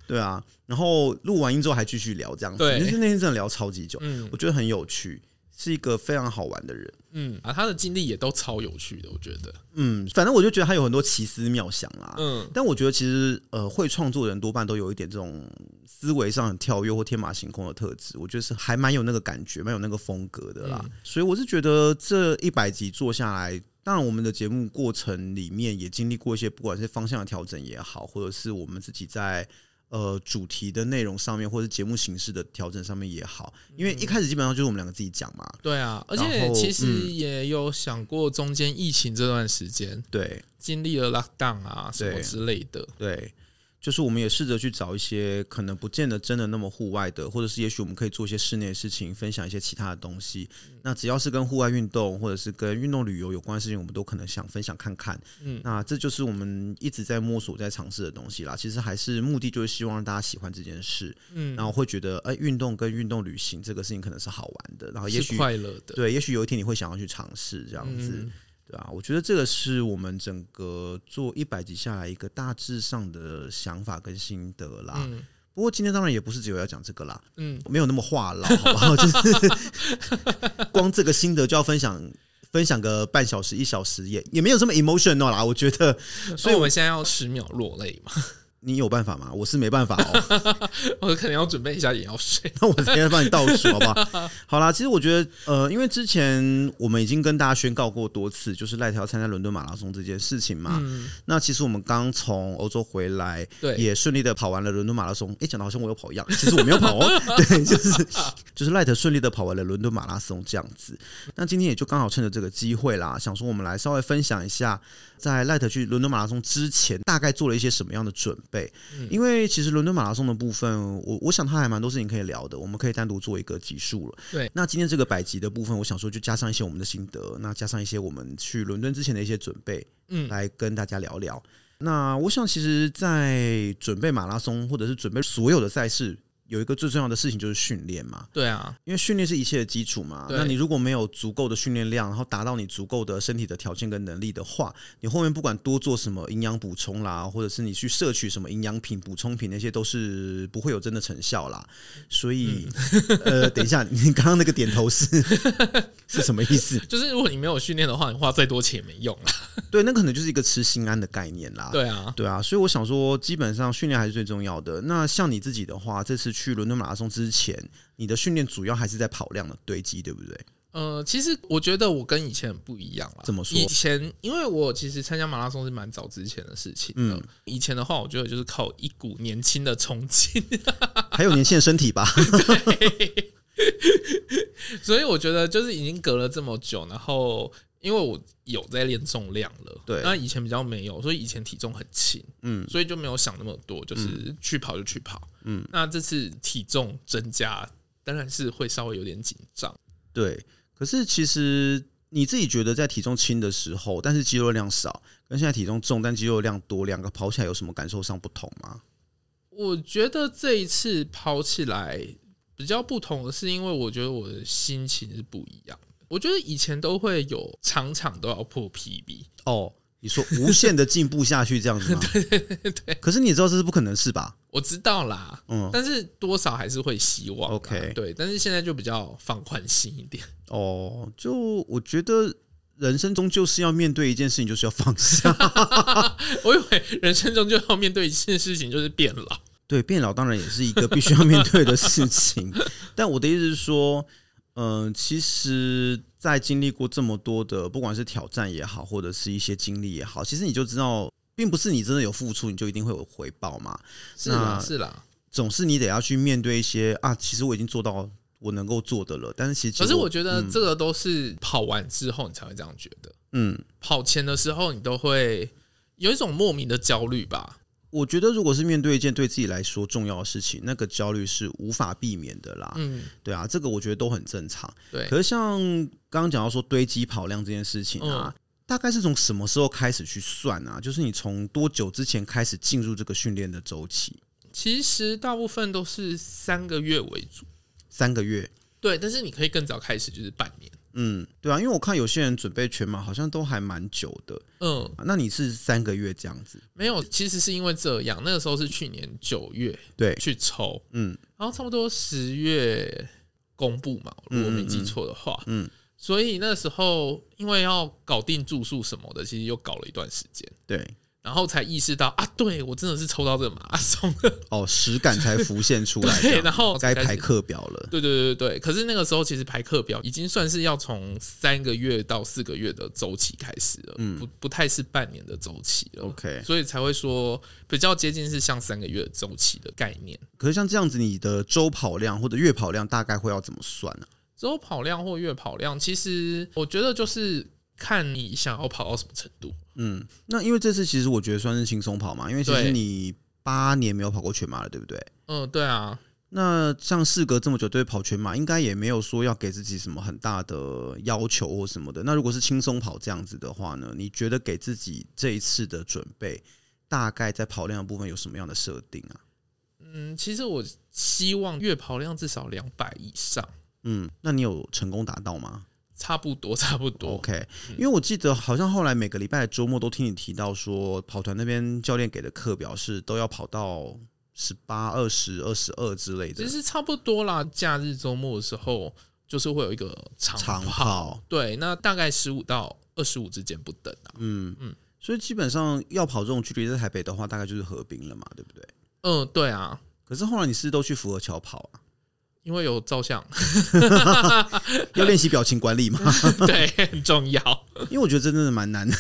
[SPEAKER 2] 对啊，然后录完音之后还继续聊这样子，
[SPEAKER 1] 对
[SPEAKER 2] 就是那天真的聊超级久，
[SPEAKER 1] 嗯
[SPEAKER 2] 我觉得很有趣，是一个非常好玩的人。
[SPEAKER 1] 嗯啊，他的经历也都超有趣的，我觉得，
[SPEAKER 2] 嗯，反正我就觉得他有很多奇思妙想啦。
[SPEAKER 1] 嗯
[SPEAKER 2] 但我觉得其实呃，会创作的人多半都有一点这种思维上很跳跃或天马行空的特质，我觉得是还蛮有那个感觉，蛮有那个风格的啦。
[SPEAKER 1] 嗯
[SPEAKER 2] 所以我是觉得这一百集做下来。当然，我们的节目过程里面也经历过一些，不管是方向的调整也好，或者是我们自己在呃主题的内容上面，或者是节目形式的调整上面也好。因为一开始基本上就是我们两个自己讲嘛，
[SPEAKER 1] 对啊，而
[SPEAKER 2] 然
[SPEAKER 1] 且
[SPEAKER 2] 后
[SPEAKER 1] 其实
[SPEAKER 2] 嗯
[SPEAKER 1] 也有想过中间疫情这段时间
[SPEAKER 2] 对，
[SPEAKER 1] 经历了 lockdown 啊什么
[SPEAKER 2] 对
[SPEAKER 1] 之类的，
[SPEAKER 2] 对，就是我们也试着去找一些可能不见得真的那么户外的，或者是也许我们可以做一些室内的事情，分享一些其他的东西。
[SPEAKER 1] 嗯
[SPEAKER 2] 那只要是跟户外运动或者是跟运动旅游有关的事情，我们都可能想分享看看。
[SPEAKER 1] 嗯
[SPEAKER 2] 那这就是我们一直在摸索、在尝试的东西啦。其实还是目的就是希望让大家喜欢这件事，
[SPEAKER 1] 嗯，
[SPEAKER 2] 然后会觉得，哎、运动跟运动旅行这个事情可能是好玩的，然后也
[SPEAKER 1] 是
[SPEAKER 2] 许。
[SPEAKER 1] 快乐的，
[SPEAKER 2] 对，也许有一天你会想要去尝试这样子，
[SPEAKER 1] 嗯
[SPEAKER 2] 对啊，我觉得这个是我们整个做一百集下来一个大致上的想法跟心得啦。
[SPEAKER 1] 嗯
[SPEAKER 2] 不过今天当然也不是只有要讲这个啦，
[SPEAKER 1] 嗯，
[SPEAKER 2] 没有那么话痨， 好不好？就是 光这个心得就要分享。分享个半小时一小时也也没有这么 emotional 啦，我觉得
[SPEAKER 1] 所嗯以我们现在要十秒落泪嘛，
[SPEAKER 2] 你有办法吗？我是没办法哦。
[SPEAKER 1] 我可能要准备一下眼药水，
[SPEAKER 2] 那我等一下帮你倒数好不好？好啦，其实我觉得，呃，因为之前我们已经跟大家宣告过多次，就是赖条参加伦敦马拉松这件事情 嘛。
[SPEAKER 1] 嗯，
[SPEAKER 2] 那其实我们刚从欧洲回来，
[SPEAKER 1] 对，
[SPEAKER 2] 也顺利的跑完了伦敦马拉松。诶，讲的好像我有跑一样，其实我没 有跑哦。对，就是就是赖特顺利的跑完了伦敦马拉松这样子。那今天也就刚好趁着这个机会啦，想说我们来稍微分享一下，在赖特去伦敦马拉松之前，大概做了一些什么样的准备。
[SPEAKER 1] 嗯
[SPEAKER 2] 因为其实伦敦马拉松的部分，我我想它还蛮多事情可以聊的，我们可以单独做一个集数了。
[SPEAKER 1] 对，
[SPEAKER 2] 那今天这个百集的部分，我想说就加上一些我们的心得，那加上一些我们去伦敦之前的一些准备，
[SPEAKER 1] 嗯
[SPEAKER 2] 来跟大家聊聊。那我想，其实，在准备马拉松或者是准备所有的赛事，有一个最重要的事情就是训练嘛，
[SPEAKER 1] 对啊，
[SPEAKER 2] 因为训练是一切的基础嘛。
[SPEAKER 1] 对
[SPEAKER 2] 那你如果没有足够的训练量，然后达到你足够的身体的条件跟能力的话，你后面不管多做什么营养补充啦，或者是你去摄取什么营养品、补充品，那些都是不会有真的成 效啦。所以，呃，等一下，你刚刚那个点头是 是什么 意思？
[SPEAKER 1] 就是如果你没有训练的话，你花再多钱也没用啦，
[SPEAKER 2] 对，那可能就是一个吃心安的概念啦。
[SPEAKER 1] 对啊，
[SPEAKER 2] 对啊，所以我想说，基本上训练还是最重要的。那像你自己的话，这次去伦敦马拉松之前，你的训练主要还是在跑量的堆积，对不对？
[SPEAKER 1] 呃，其实我觉得我跟以前很不一样了。
[SPEAKER 2] 怎么说
[SPEAKER 1] 以前因为我其实参加马拉松是蛮早之前的事情了。
[SPEAKER 2] 嗯
[SPEAKER 1] 以前的话，我觉得就是靠一股年轻的冲劲，
[SPEAKER 2] 还有年轻的身体吧，
[SPEAKER 1] 所以我觉得就是已经隔了这么久，然后因为我有在练重量了，
[SPEAKER 2] 对
[SPEAKER 1] 那以前比较没有，所以以前体重很轻，
[SPEAKER 2] 嗯，
[SPEAKER 1] 所以就没有想那么多，就是去跑就去跑，
[SPEAKER 2] 嗯，
[SPEAKER 1] 那这次体重增加，当然是会稍微有点紧张，
[SPEAKER 2] 对。可是其实你自己觉得在体重轻的时候，但是肌肉量少，跟现在体重重但肌肉量多，两个跑起来有什么感受上不同吗？
[SPEAKER 1] 我觉得这一次跑起来比较不同的是，因为我觉得我的心情是不一样的。我觉得以前都会有场场都要破 PB，
[SPEAKER 2] 哦，你说无限的进步下去这样子吗？ 对对对。可是你也知道这是不可能是吧？
[SPEAKER 1] 我知道啦，
[SPEAKER 2] 嗯，
[SPEAKER 1] 但是多少还是会希望啦。
[SPEAKER 2] OK
[SPEAKER 1] 对，但是现在就比较放宽心一点。
[SPEAKER 2] 哦，就我觉得人生终究是要面对一件事情，就是要放下。
[SPEAKER 1] 我以为人生中就要面对一件事情，就是变老。
[SPEAKER 2] 对，变老当然也是一个必须要面对的事情。但我的意思是说，嗯、其实，在经历过这么多的，不管是挑战也好，或者是一些经历也好，其实你就知道，并不是你真的有付出，你就一定会有回报嘛。
[SPEAKER 1] 是啦
[SPEAKER 2] 那，
[SPEAKER 1] 是啦。
[SPEAKER 2] 总是你得要去面对一些啊，其实我已经做到我能够做的了，但是其实结
[SPEAKER 1] 可是
[SPEAKER 2] 果
[SPEAKER 1] 我觉得这个都是跑完之后你才会这样觉得，
[SPEAKER 2] 嗯，
[SPEAKER 1] 跑前的时候你都会有一种莫名的焦虑吧。
[SPEAKER 2] 我觉得如果是面对一件对自己来说重要的事情，那个焦虑是无法避免的啦。
[SPEAKER 1] 嗯，
[SPEAKER 2] 对啊，这个我觉得都很正常。
[SPEAKER 1] 对
[SPEAKER 2] 可，是像刚刚讲到说堆积跑量这件事情啊，
[SPEAKER 1] 嗯
[SPEAKER 2] 大概是从什么时候开始去算啊？就是你从多久之前开始进入这个训练的周期？
[SPEAKER 1] 其实大部分都是三个月为主，
[SPEAKER 2] 三个月？
[SPEAKER 1] 对，但是你可以更早开始，就是半年。
[SPEAKER 2] 嗯，对啊，因为我看有些人准备全马好像都还蛮久的、
[SPEAKER 1] 嗯，
[SPEAKER 2] 啊那你是三个月这样子？
[SPEAKER 1] 没有，其实是因为这样，那个时候是去年九月
[SPEAKER 2] 对，
[SPEAKER 1] 去抽，
[SPEAKER 2] 嗯
[SPEAKER 1] 然后差不多十月公布嘛，如果没记错的话，
[SPEAKER 2] 嗯，
[SPEAKER 1] 所以那时候因为要搞定住宿什么的，其实又搞了一段时间，
[SPEAKER 2] 对，
[SPEAKER 1] 然后才意识到啊，对我真的是抽到这个马拉松了，
[SPEAKER 2] 哦，实感才浮现出来 这
[SPEAKER 1] 对，
[SPEAKER 2] 样，
[SPEAKER 1] 然后
[SPEAKER 2] 啊该
[SPEAKER 1] 才开
[SPEAKER 2] 排
[SPEAKER 1] 始。
[SPEAKER 2] 课表了。
[SPEAKER 1] 对对对对对，可是那个时候其实排课表已经算是要从三个月到四个月的周期开始了，不不太是半年的周期了。
[SPEAKER 2] 嗯 OK
[SPEAKER 1] 所以才会说比较接近是像三个月的周期的概念。
[SPEAKER 2] 可是像这样子，你的周跑量或者月跑量大概会要怎么算呢、
[SPEAKER 1] 周跑量或月跑量，其实我觉得就是看你想要跑到什么程度。
[SPEAKER 2] 嗯，那因为这次其实我觉得算是轻松跑嘛，因为其实
[SPEAKER 1] 对
[SPEAKER 2] 你八年没有跑过全马了，对不对？
[SPEAKER 1] 嗯，对啊，
[SPEAKER 2] 那像事隔这么久对跑全马，应该也没有说要给自己什么很大的要求或什么的。那如果是轻松跑这样子的话呢，你觉得给自己这一次的准备，大概在跑量的部分有什么样的设定啊？
[SPEAKER 1] 嗯，其实我希望月跑量至少两百以上，
[SPEAKER 2] 嗯，那你有成功达到吗
[SPEAKER 1] 差不多，差不多。嗯
[SPEAKER 2] ？OK，因为我记得好像后来每个礼拜的周末都听你提到说，跑团那边教练给的课表是都要跑到十八、二十、二十二之类的
[SPEAKER 1] 其实差不多啦。假日周末的时候，就是会有一个长
[SPEAKER 2] 长
[SPEAKER 1] 跑，
[SPEAKER 2] 跑。
[SPEAKER 1] 对，那大概十五到二十五之间不等啊。
[SPEAKER 2] 嗯嗯
[SPEAKER 1] 嗯，
[SPEAKER 2] 所以基本上要跑这种距离，在台北的话，大概就是河滨了嘛，对不对？
[SPEAKER 1] 嗯，对啊，
[SPEAKER 2] 可是后来你是不是都去福和桥 跑啊？
[SPEAKER 1] 因为有照 相，
[SPEAKER 2] 要练习表情管理嘛，
[SPEAKER 1] 对，很重要。
[SPEAKER 2] 因为我觉得真的蛮难的。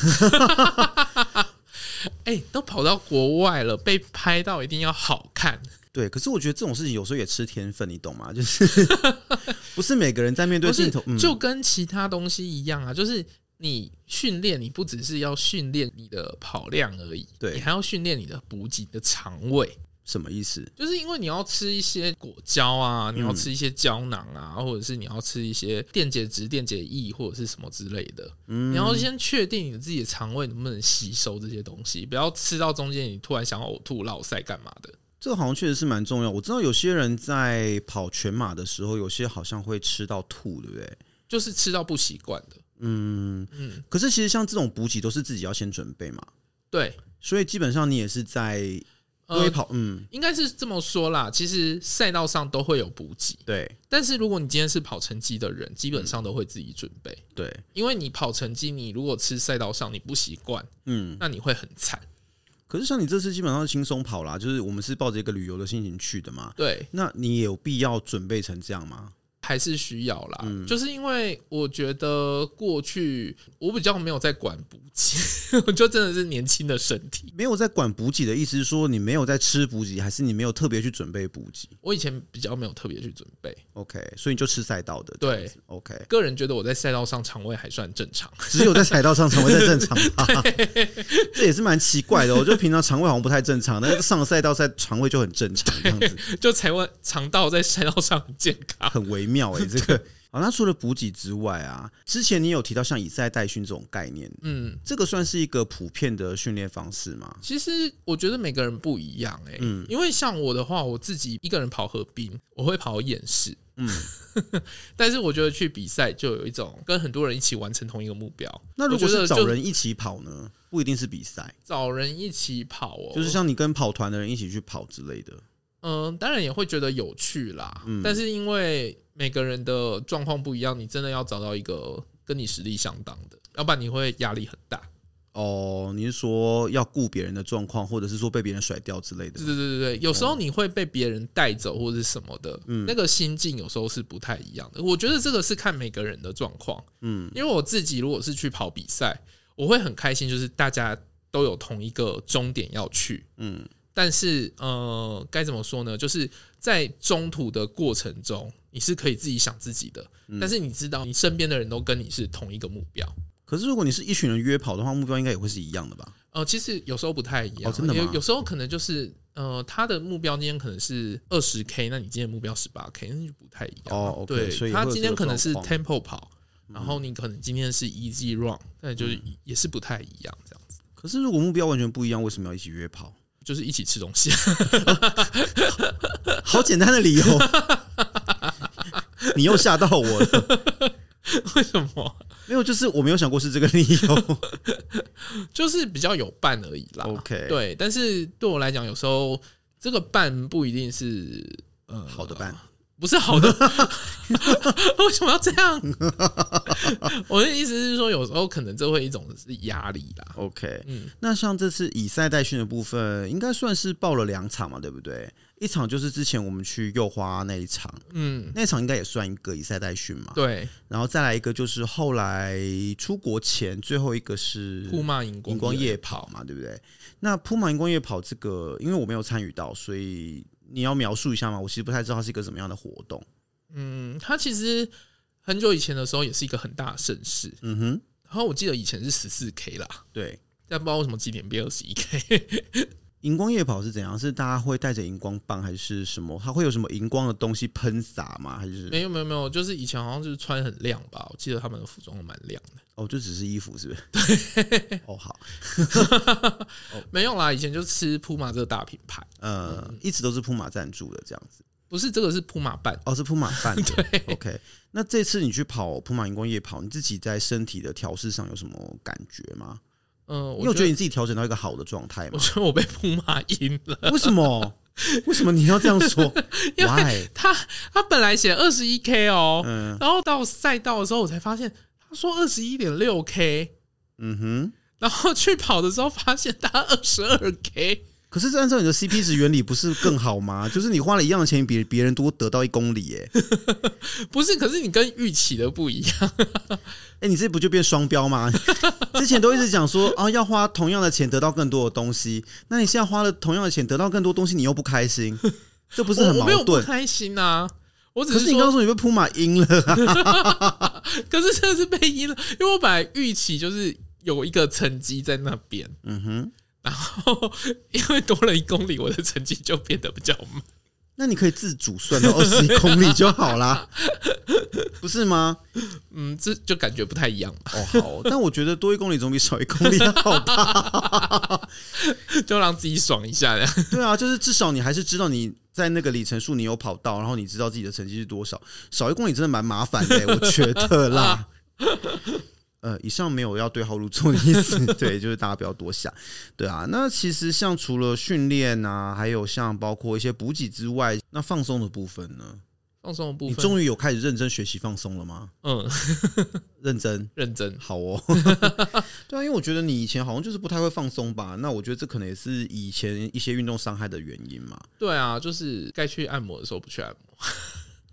[SPEAKER 1] 哎、都跑到国外了，被拍到一定要好看。
[SPEAKER 2] 对，可是我觉得这种事情有时候也吃天分，你懂吗？就是 不是每个人在面对
[SPEAKER 1] 不
[SPEAKER 2] 镜
[SPEAKER 1] 是
[SPEAKER 2] 头，嗯，
[SPEAKER 1] 就跟其他东西一样啊，就是你训练，你不只是要训练你的跑量而已，
[SPEAKER 2] 对
[SPEAKER 1] 你还要训练你的补给你的肠胃，
[SPEAKER 2] 什么意思？
[SPEAKER 1] 就是因为你要吃一些果胶啊，你要
[SPEAKER 2] 嗯
[SPEAKER 1] 吃一些胶囊啊，或者是你要吃一些电解质、电解液或者是什么之类的，
[SPEAKER 2] 嗯
[SPEAKER 1] 你要先确定你自己的肠胃能不能吸收这些东西，不要吃到中间你突然想要呕吐、落塞干嘛的。
[SPEAKER 2] 这个好像确实是蛮重要。我知道有些人在跑全马的时候，有些好像会吃到吐，对不对？
[SPEAKER 1] 就是吃到不习惯的，
[SPEAKER 2] 嗯，
[SPEAKER 1] 嗯，
[SPEAKER 2] 可是其实像这种补给都是自己要先准备嘛，
[SPEAKER 1] 对，
[SPEAKER 2] 所以基本上你也是在
[SPEAKER 1] 呃
[SPEAKER 2] 堆，跑，嗯，
[SPEAKER 1] 应该是这么说啦。其实赛道上都会有补给，
[SPEAKER 2] 对
[SPEAKER 1] 但是如果你今天是跑成绩的人，基本上都会自己准备，
[SPEAKER 2] 对，
[SPEAKER 1] 因为你跑成绩，你如果吃赛道上你不习惯，
[SPEAKER 2] 嗯。
[SPEAKER 1] 那你会很惨。
[SPEAKER 2] 可是像你这次基本上是轻松跑啦，就是我们是抱着一个旅游的心情去的嘛，
[SPEAKER 1] 对，
[SPEAKER 2] 那你有必要准备成这样吗？
[SPEAKER 1] 还是需要啦，
[SPEAKER 2] 嗯
[SPEAKER 1] 就是因为我觉得过去我比较没有在管补给， 我就真的是年轻的身体。
[SPEAKER 2] 没有在管补给的意思，是说你没有在吃补给，还是你没有特别去准备补给
[SPEAKER 1] 我以前比较没有特别去准备，
[SPEAKER 2] ？OK，所以你就吃赛道的。
[SPEAKER 1] 对
[SPEAKER 2] ，OK，
[SPEAKER 1] 个人觉得我在赛道上肠胃还算正常。
[SPEAKER 2] 只有在赛道上肠胃在正常吧，这也是蛮奇怪的哦。我觉得平常肠胃好像不太正常，但是上了赛道赛肠胃就很正常，这 样子
[SPEAKER 1] 就才会肠道在赛道上很健康。
[SPEAKER 2] 很微 妙哎、这个。好，那除了补给之外啊，之前你有提到像以赛代训这种概念，
[SPEAKER 1] 嗯，
[SPEAKER 2] 这个算是一个普遍的训练方式吗？
[SPEAKER 1] 其实我觉得每个人不一样哎、
[SPEAKER 2] 嗯
[SPEAKER 1] 因为像我的话，我自己一个人跑河滨，我会跑演示，
[SPEAKER 2] 嗯
[SPEAKER 1] 嗯， 但是我觉得去比赛就有一种跟很多人一起完成同一个目标。
[SPEAKER 2] 那如果
[SPEAKER 1] 我觉
[SPEAKER 2] 是
[SPEAKER 1] 得
[SPEAKER 2] 找
[SPEAKER 1] 就
[SPEAKER 2] 人一起跑呢，不一定是比赛，
[SPEAKER 1] 找人一起跑哦，
[SPEAKER 2] 就是像你跟跑团的人一起去跑之类的。
[SPEAKER 1] 嗯，当然也会觉得有趣啦，
[SPEAKER 2] 嗯
[SPEAKER 1] 但是因为每个人的状况不一样，你真的要找到一个跟你实力相当的，要不然你会压力很大。
[SPEAKER 2] 哦，你是说要顾别人的状况，或者是说被别人甩掉之类的
[SPEAKER 1] 对？对对对对，有时候你会被别人带走或者是什么的，
[SPEAKER 2] 嗯
[SPEAKER 1] 那个心境有时候是不太一样的。我觉得这个是看每个人的状况，
[SPEAKER 2] 嗯，
[SPEAKER 1] 因为我自己如果是去跑比赛，我会很开心，就是大家都有同一个终点要去，
[SPEAKER 2] 嗯，
[SPEAKER 1] 但是呃，该怎么说呢？就是在中途的过程中，你是可以自己想自己的，但是你知道你身边的人都跟你是同一个目标。
[SPEAKER 2] 可是如果你是一群人约跑的话，目标应该也会是一样的吧？
[SPEAKER 1] 呃，其实有时候不太一样，
[SPEAKER 2] 哦真的吗
[SPEAKER 1] 有有时候可能就是呃，他的目标今天可能是二十 K，那你今天目标十八 K，那就不太一样。
[SPEAKER 2] 哦，OK，
[SPEAKER 1] 对，
[SPEAKER 2] 所以
[SPEAKER 1] 他
[SPEAKER 2] 会有
[SPEAKER 1] 今
[SPEAKER 2] 这
[SPEAKER 1] 天
[SPEAKER 2] 个
[SPEAKER 1] 可能
[SPEAKER 2] 状
[SPEAKER 1] 是
[SPEAKER 2] 况嗯
[SPEAKER 1] tempo 跑，然后你可能今天是 easy run，那就是也是不太一样，这样子
[SPEAKER 2] 可是如果目标完全不一样，为什么要一起约跑？
[SPEAKER 1] 就是一起吃东西。 啊
[SPEAKER 2] 好简单的理由， 你又吓到我了。
[SPEAKER 1] 为什么？
[SPEAKER 2] 没有，就是我没有想过是这个理 由。
[SPEAKER 1] 就是比较有伴而已啦。
[SPEAKER 2] OK
[SPEAKER 1] 对，但是对我来讲，有时候这个伴不一定是呃
[SPEAKER 2] 好的办，
[SPEAKER 1] 不是好的， 为什么要这样？ 我的意思是说，有时候可能这会一种是压力啦。
[SPEAKER 2] OK，
[SPEAKER 1] 嗯，
[SPEAKER 2] 那像这次以赛代训的部分，应该算是报了两场嘛，对不对？一场就是之前我们去幼花那一场，
[SPEAKER 1] 嗯，
[SPEAKER 2] 那场应该也算一个以赛代训嘛。
[SPEAKER 1] 对，
[SPEAKER 2] 然后再来一个就是后来出国前最后一个是
[SPEAKER 1] 互骂荧光
[SPEAKER 2] 荧光夜跑嘛，对不对？那铺满荧光夜跑这个，因为我没有参与到，所以你要描述一下吗？我其实不太知道它是一个怎么样的活动。
[SPEAKER 1] 嗯，它其实很久以前的时候也是一个很大的盛事。
[SPEAKER 2] 嗯哼，
[SPEAKER 1] 然后我记得以前是十四 K 啦，
[SPEAKER 2] 对，
[SPEAKER 1] 但不知道为什么几点变二十一 K。
[SPEAKER 2] 荧光夜跑是怎样？是大家会带着荧光棒还是什么？它会有什么荧光的东西喷洒吗？还是
[SPEAKER 1] 没有没有没有，就是以前好像就是穿很亮吧，我记得他们的服装都蛮亮的。
[SPEAKER 2] 哦，就只是衣服是不是？对。哦，好，
[SPEAKER 1] 没有啦，以前就吃铺马这个大品牌，
[SPEAKER 2] 呃，一直都是铺马赞助的这样子。
[SPEAKER 1] 不是这个是铺马办。
[SPEAKER 2] 哦，是铺马办 的。OK，那这次你去跑铺马荧光夜跑，你自己在身体的调试上有什么感觉吗？
[SPEAKER 1] 嗯、
[SPEAKER 2] 你有
[SPEAKER 1] 我
[SPEAKER 2] 觉
[SPEAKER 1] 觉
[SPEAKER 2] 得
[SPEAKER 1] 得
[SPEAKER 2] 你自己调整到一个好的状态
[SPEAKER 1] 我
[SPEAKER 2] 吗？
[SPEAKER 1] 觉得我被铺马赢了。
[SPEAKER 2] 为什 么？为什么你要这样说
[SPEAKER 1] 因为
[SPEAKER 2] ？Why？
[SPEAKER 1] 他他本来写二十一 K 哦，
[SPEAKER 2] 嗯
[SPEAKER 1] 然后到赛道的时候我才发现他说二十一点六 K，
[SPEAKER 2] 嗯哼。
[SPEAKER 1] 然后去跑的时候发现他二十二 K。
[SPEAKER 2] 可是按照你的 CP 值原理，不是更好吗？ 就是你花了一样的钱，比别人多得到一公里、耶。哎，
[SPEAKER 1] 不是，可是你跟预期的不一样，
[SPEAKER 2] 哎，你这不就变双标吗？ 之前都一直讲说啊，要花同样的钱得到更多的东西，那你现在花了同样的钱得到更多东西，你又不 开心，这不
[SPEAKER 1] 不
[SPEAKER 2] 是很
[SPEAKER 1] 我没有
[SPEAKER 2] 矛
[SPEAKER 1] 不
[SPEAKER 2] 盾？
[SPEAKER 1] 开心啊，我只
[SPEAKER 2] 可是
[SPEAKER 1] 是
[SPEAKER 2] 你刚
[SPEAKER 1] 说，
[SPEAKER 2] 刚说你被铺马赢了啊、
[SPEAKER 1] 可是真的是被赢了，因为我本来预期就是有一个成绩在那边，
[SPEAKER 2] 嗯哼，
[SPEAKER 1] 然后因为多了一公里，我的成绩就变得比较慢。
[SPEAKER 2] 那你可以自主 算到二十一公里就好啦，不是吗？
[SPEAKER 1] 嗯，这就感觉不太一样嘛，
[SPEAKER 2] 哦，好，但我觉得多一公里总比少一公里要好吧？
[SPEAKER 1] 就让自己爽一下的。
[SPEAKER 2] 对啊，就是至少你还是知道你在那个里程数你有跑到，然后你知道自己的成绩是多少。少一公里真的蛮麻烦 的、我觉得啦。呃，以上没有要对号入座的意思， 对，就是大家不要多想，对啊。那其实像除了训练啊，还有像包括一些补给之外，那放松的部分呢？
[SPEAKER 1] 放松的部
[SPEAKER 2] 你
[SPEAKER 1] 分，
[SPEAKER 2] 终于有开始认真学习放松了吗？
[SPEAKER 1] 嗯，
[SPEAKER 2] 认真，
[SPEAKER 1] 认真。
[SPEAKER 2] 好哦。 对啊，因为我觉得你以前好像就是不太会放松吧？那我觉得这可能也是以前一些运动伤害的原因嘛。
[SPEAKER 1] 对啊，就是该去按摩的时候不去按摩。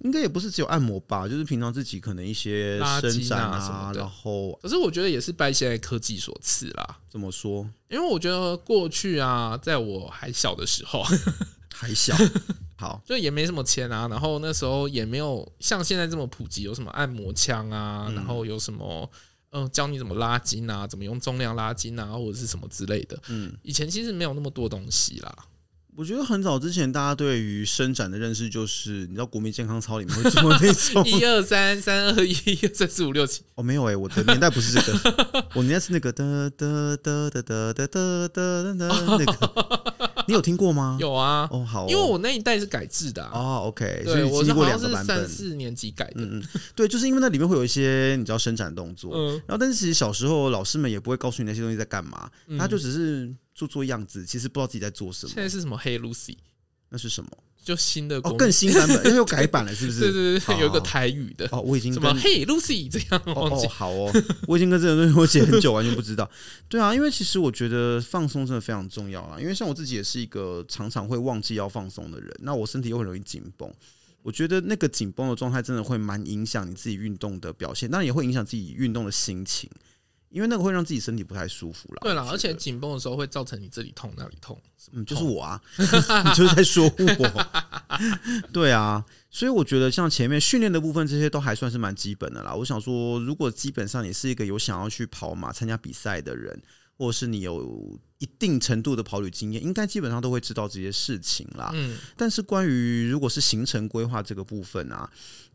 [SPEAKER 2] 应该也不是只有按摩吧，就是平常自己可能一些
[SPEAKER 1] 拉
[SPEAKER 2] 伸
[SPEAKER 1] 筋
[SPEAKER 2] 展
[SPEAKER 1] 啊什么的
[SPEAKER 2] 然后
[SPEAKER 1] 可是我觉得也是拜现在科技所赐啦，
[SPEAKER 2] 怎么说
[SPEAKER 1] 因为我觉得过去啊，在我还小的时候，
[SPEAKER 2] 还小，好，
[SPEAKER 1] 就也没什么钱啊，然后那时候也没有像现在这么普及，有什么按摩枪啊，然后有什么。嗯，教你怎么拉筋啊，怎么用重量拉筋啊，或者是什么之类的。
[SPEAKER 2] 嗯，
[SPEAKER 1] 以前其实没有那么多东西啦。
[SPEAKER 2] 我觉得很早之前大家对于伸展的认识就是，你知道国民健康操里面会做那 种
[SPEAKER 1] 一二三，三二一，一二三四五六七，
[SPEAKER 2] 哦，没有哎、我的年代不是这个，我年代是那个哒哒哒哒哒哒哒哒哒那个，你有听过吗？
[SPEAKER 1] 有啊。
[SPEAKER 2] 哦，好哦
[SPEAKER 1] 因为我那一代是改制的啊，
[SPEAKER 2] 哦，OK，所以
[SPEAKER 1] 对，
[SPEAKER 2] 你
[SPEAKER 1] 我是
[SPEAKER 2] 经过
[SPEAKER 1] 好
[SPEAKER 2] 两
[SPEAKER 1] 像
[SPEAKER 2] 个
[SPEAKER 1] 是
[SPEAKER 2] 版
[SPEAKER 1] 三
[SPEAKER 2] 本，
[SPEAKER 1] 四年级改的。
[SPEAKER 2] 嗯嗯，对，就是因为那里面会有一些你知道伸展动作，
[SPEAKER 1] 嗯，
[SPEAKER 2] 然后，但是其实小时候老师们也不会告诉你那些东西在干嘛，
[SPEAKER 1] 嗯
[SPEAKER 2] 他就只是做做样子，其实不知道自己在做什
[SPEAKER 1] 现
[SPEAKER 2] 么。
[SPEAKER 1] 在是什么黑 Lucy，
[SPEAKER 2] 那是什么？
[SPEAKER 1] 就新的
[SPEAKER 2] 哦，
[SPEAKER 1] 国民
[SPEAKER 2] 更新版本，因为又改版了，是不是？
[SPEAKER 1] 对对
[SPEAKER 2] 好
[SPEAKER 1] 对，有一个台语的，
[SPEAKER 2] 哦，我已经
[SPEAKER 1] 什
[SPEAKER 2] 跟
[SPEAKER 1] 么嘿 Lucy 这样
[SPEAKER 2] 哦
[SPEAKER 1] 忘
[SPEAKER 2] 哦
[SPEAKER 1] 记。
[SPEAKER 2] 好哦，我已经跟这个东西我姐很久，完全不知 道。对啊，因为其实我觉得放松真的非常重要啊，因为像我自己也是一个常常会忘记要放松的人，那我身体又很容易紧绷。我觉得那个紧绷的状态真的会蛮影响你自己运动的表现，当然也会影响自己运动的心情，因为那个会让自己身体不太舒服啦。
[SPEAKER 1] 对了，
[SPEAKER 2] 我觉
[SPEAKER 1] 而且
[SPEAKER 2] 得
[SPEAKER 1] 紧绷的时候会造成你这里痛那里痛。
[SPEAKER 2] 嗯，就是我啊， 你就是在说我， 对啊，所以我觉得像前面训练的部分，这些都还算是蛮基本的啦。我想说，如果基本上你是一个有想要去跑马、参加比赛的人，或者是你有一定程度的跑旅经验，应该基本上都会知道这些事情啦。
[SPEAKER 1] 嗯，
[SPEAKER 2] 但是关于如果是行程规划这个部分啊，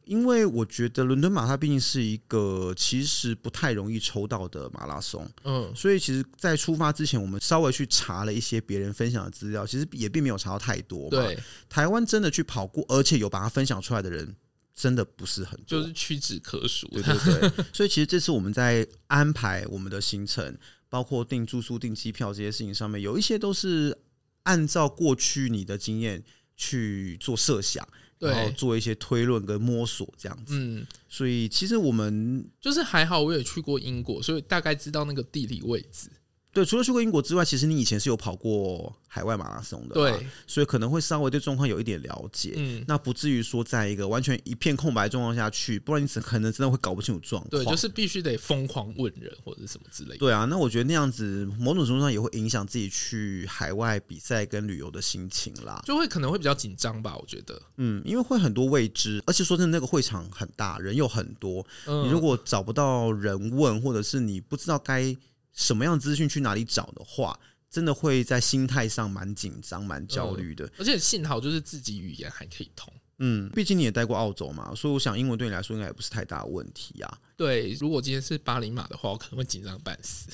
[SPEAKER 2] 因为我觉得伦敦马它毕竟是一个其实不太容易抽到的马拉松，
[SPEAKER 1] 嗯，
[SPEAKER 2] 所以其实，在出发之前，我们稍微去查了一些别人分享的资料，其实也并没有查到太多嘛。，
[SPEAKER 1] 对，
[SPEAKER 2] 台湾真的去跑过，而且有把它分享出来的人，真的不是很多。
[SPEAKER 1] 就是屈指可数。
[SPEAKER 2] 对对对，所以其实这次我们在安排我们的行程，包括订住宿、订机票这些事情上面，有一些都是按照过去你的经验去做设想，然后
[SPEAKER 1] 对，
[SPEAKER 2] 做一些推论跟摸索这样子。
[SPEAKER 1] 嗯，
[SPEAKER 2] 所以其实我们
[SPEAKER 1] 就是还好我也去过英国，所以大概知道那个地理位置。
[SPEAKER 2] 对除了去过英国之外，其实你以前是有跑过海外马拉松的，
[SPEAKER 1] 对，，
[SPEAKER 2] 所以可能会稍微对状况有一点了解。
[SPEAKER 1] 嗯，
[SPEAKER 2] 啊那不至于说在一个完全一片空白的状况下去，不然你只可能真的会搞不清楚状况。
[SPEAKER 1] 对，就是必须得疯狂问人或者什么之类的。
[SPEAKER 2] 对啊，那我觉得那样子某种程度上也会影响自己去海外比赛跟旅游的心情啦。
[SPEAKER 1] 就会可能会比较紧张吧，我觉得。
[SPEAKER 2] 嗯，因为会很多未知，而且说真的，那个会场很大，人又很多，
[SPEAKER 1] 嗯，
[SPEAKER 2] 你如果找不到人问，或者是你不知道该什么样的资讯去哪里找的话，真的会在心态上蛮紧张、蛮焦
[SPEAKER 1] 嗯
[SPEAKER 2] 虑的。
[SPEAKER 1] 而且幸好就是自己语言还可以通。
[SPEAKER 2] 嗯，毕竟你也待过澳洲嘛，所以我想英文对你来说应该也不是太大的问题啊。
[SPEAKER 1] 对，如果今天是巴黎马的话，我可能会紧张半死，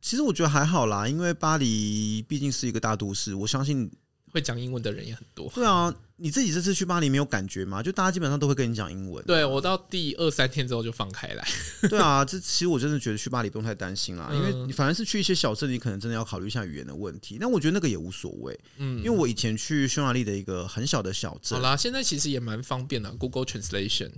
[SPEAKER 2] 其实我觉得还好啦，因为巴黎毕竟是一个大都市，我相信
[SPEAKER 1] 会讲英文的人也很多。
[SPEAKER 2] 对啊，你自己这次去巴黎没有感觉吗？就大家基本上都会跟你讲英文。啊
[SPEAKER 1] 对我到第二三天之后就放开来，
[SPEAKER 2] 对啊，这其实我真的觉得去巴黎不用太担心啦，
[SPEAKER 1] 嗯
[SPEAKER 2] 因为你反而是去一些小镇，你可能真的要考虑一下语言的问题。但我觉得那个也无所谓，
[SPEAKER 1] 嗯，
[SPEAKER 2] 因为我以前去匈牙利的一个很小的小镇
[SPEAKER 1] 好，啦，现在其实也蛮方便的，Google Translation，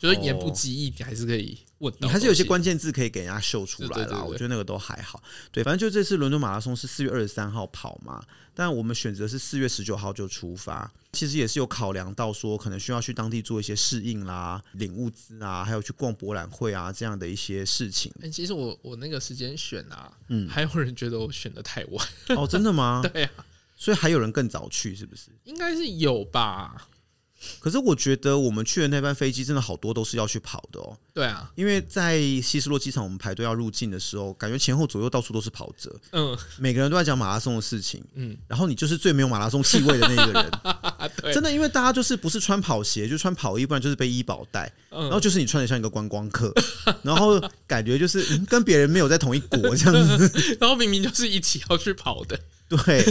[SPEAKER 1] 就是言不
[SPEAKER 2] 哦
[SPEAKER 1] 及义，你还是可以问到
[SPEAKER 2] 你
[SPEAKER 1] 东西。
[SPEAKER 2] 还是有些关键字可以给人家秀出来
[SPEAKER 1] 对对对
[SPEAKER 2] 啦。
[SPEAKER 1] 对
[SPEAKER 2] 我觉得那个都还好。对，反正就这次伦敦马拉松是四月二十三号跑嘛，但我们选择是四月十九号就出发，其实也是有考量到说可能需要去当地做一些适应啦、领物资啊，还有去逛博览会啊这样的一些事情。
[SPEAKER 1] 哎、其实我我那个时间选啊，
[SPEAKER 2] 嗯
[SPEAKER 1] 还有人觉得我选的太晚，
[SPEAKER 2] 哦，真的吗？
[SPEAKER 1] 对啊，
[SPEAKER 2] 所以还有人更早去是不是？
[SPEAKER 1] 应该是有吧？
[SPEAKER 2] 可是我觉得我们去的那班飞机真的好多都是要去跑的哦，
[SPEAKER 1] 对啊，
[SPEAKER 2] 因为在希斯洛机场我们排队要入境的时候，感觉前后左右到处都是跑者，
[SPEAKER 1] 嗯
[SPEAKER 2] 每个人都在讲马拉松的事情。
[SPEAKER 1] 嗯，
[SPEAKER 2] 然后你就是最没有马拉松气味的那一个人，
[SPEAKER 1] 啊对，
[SPEAKER 2] 真的，因为大家就是不是穿跑鞋，就穿跑衣，不然就是背医保带，然
[SPEAKER 1] 嗯
[SPEAKER 2] 后就是你穿的像一个观光客， 然后感觉就是、嗯跟别人没有在同一国这样 子，
[SPEAKER 1] 然后明明就是一起要去跑的，
[SPEAKER 2] 对。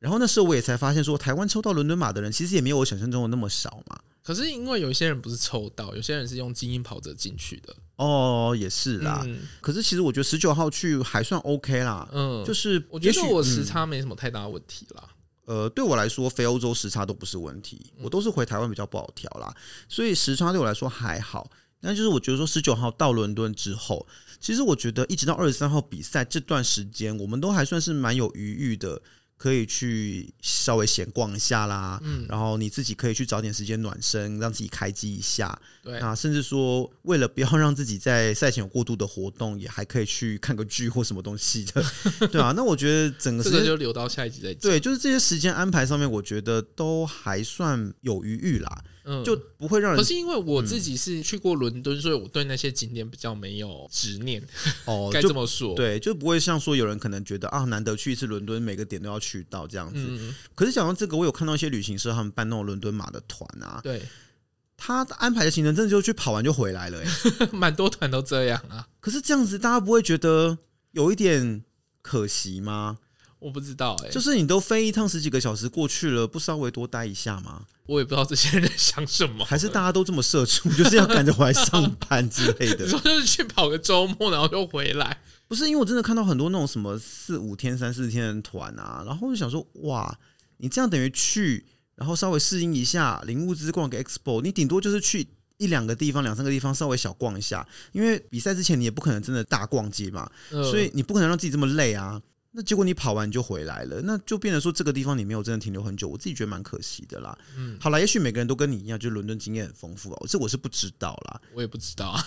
[SPEAKER 2] 然后那时候我也才发现说，台湾抽到伦敦马的人其实也没有我想象中的那么少嘛。
[SPEAKER 1] 可是因为有些人不是抽到，有些人是用精英跑者进去的，
[SPEAKER 2] 哦，也是啦。
[SPEAKER 1] 嗯
[SPEAKER 2] 可是其实我觉得十九号去还算 OK 啦，
[SPEAKER 1] 嗯，
[SPEAKER 2] 就是是
[SPEAKER 1] 我觉
[SPEAKER 2] 也
[SPEAKER 1] 得
[SPEAKER 2] 许
[SPEAKER 1] 我
[SPEAKER 2] 嗯
[SPEAKER 1] 时差没什么太大问题啦。
[SPEAKER 2] 呃，对我来说，非欧洲时差都不是问题，我都是回台湾比较不好调啦，所以时差对我来说还好。但就是我觉得说，十九号到伦敦之后，其实我觉得一直到二十三号比赛这段时间，我们都还算是蛮有余裕的，可以去稍微闲逛一下啦。
[SPEAKER 1] 嗯
[SPEAKER 2] 然后你自己可以去找点时间暖身，让自己开机一下。
[SPEAKER 1] 对，
[SPEAKER 2] 那甚至说，为了不要让自己在赛前有过度的活动，也还可以去看个剧或什么东西的， 对啊。那我觉得整个
[SPEAKER 1] 这
[SPEAKER 2] 时间
[SPEAKER 1] 个就留到下一集再讲。
[SPEAKER 2] 对，就是这些时间安排上面，我觉得都还算有余裕啦，
[SPEAKER 1] 嗯，
[SPEAKER 2] 就不会让
[SPEAKER 1] 可
[SPEAKER 2] 人
[SPEAKER 1] 是因为我
[SPEAKER 2] 嗯
[SPEAKER 1] 自己是去过伦敦，所以我对那些景点比较没有执念，
[SPEAKER 2] 哦，
[SPEAKER 1] 该
[SPEAKER 2] 就
[SPEAKER 1] 这么说。，
[SPEAKER 2] 对，就不会像说有人可能觉得啊，难得去一次伦敦，每个点都要去到这样子。
[SPEAKER 1] 嗯，
[SPEAKER 2] 可是讲到这个，我有看到一些旅行社他们办那种伦敦马的团啊，
[SPEAKER 1] 对，
[SPEAKER 2] 他安排的行程真的就去跑完就回来了、欸。
[SPEAKER 1] 蛮多团都这样啊，
[SPEAKER 2] 可是这样子，大家不会觉得有一点可惜吗？
[SPEAKER 1] 我不知道哎、
[SPEAKER 2] 就是你都飞一趟十几个小时过去了，不稍微多待一下吗？
[SPEAKER 1] 我也不知道这些人在想什么。
[SPEAKER 2] 还是大家都这么社畜，就是要赶着回来上班之类的
[SPEAKER 1] 你？说就是去跑个周末，然后就回来，
[SPEAKER 2] 不是因为我真的看到很多那种什么四五天、三四天的团啊，然后我就想说，哇，你这样等于去，然后稍微适应一下，领物资逛个 expo，你顶多就是去一两个地方、两三个地方稍微小逛一下，因为比赛之前你也不可能真的大逛街嘛，
[SPEAKER 1] 嗯
[SPEAKER 2] 呃所以你不可能让自己这么累啊。那结果你跑完你就回来了，那就变成说这个地方你没有真的停留很久，我自己觉得蛮可惜的啦。
[SPEAKER 1] 嗯
[SPEAKER 2] 好啦，也许每个人都跟你一样，就是伦敦经验很丰富啊，这我是不知道啦。
[SPEAKER 1] 我也不知道啊。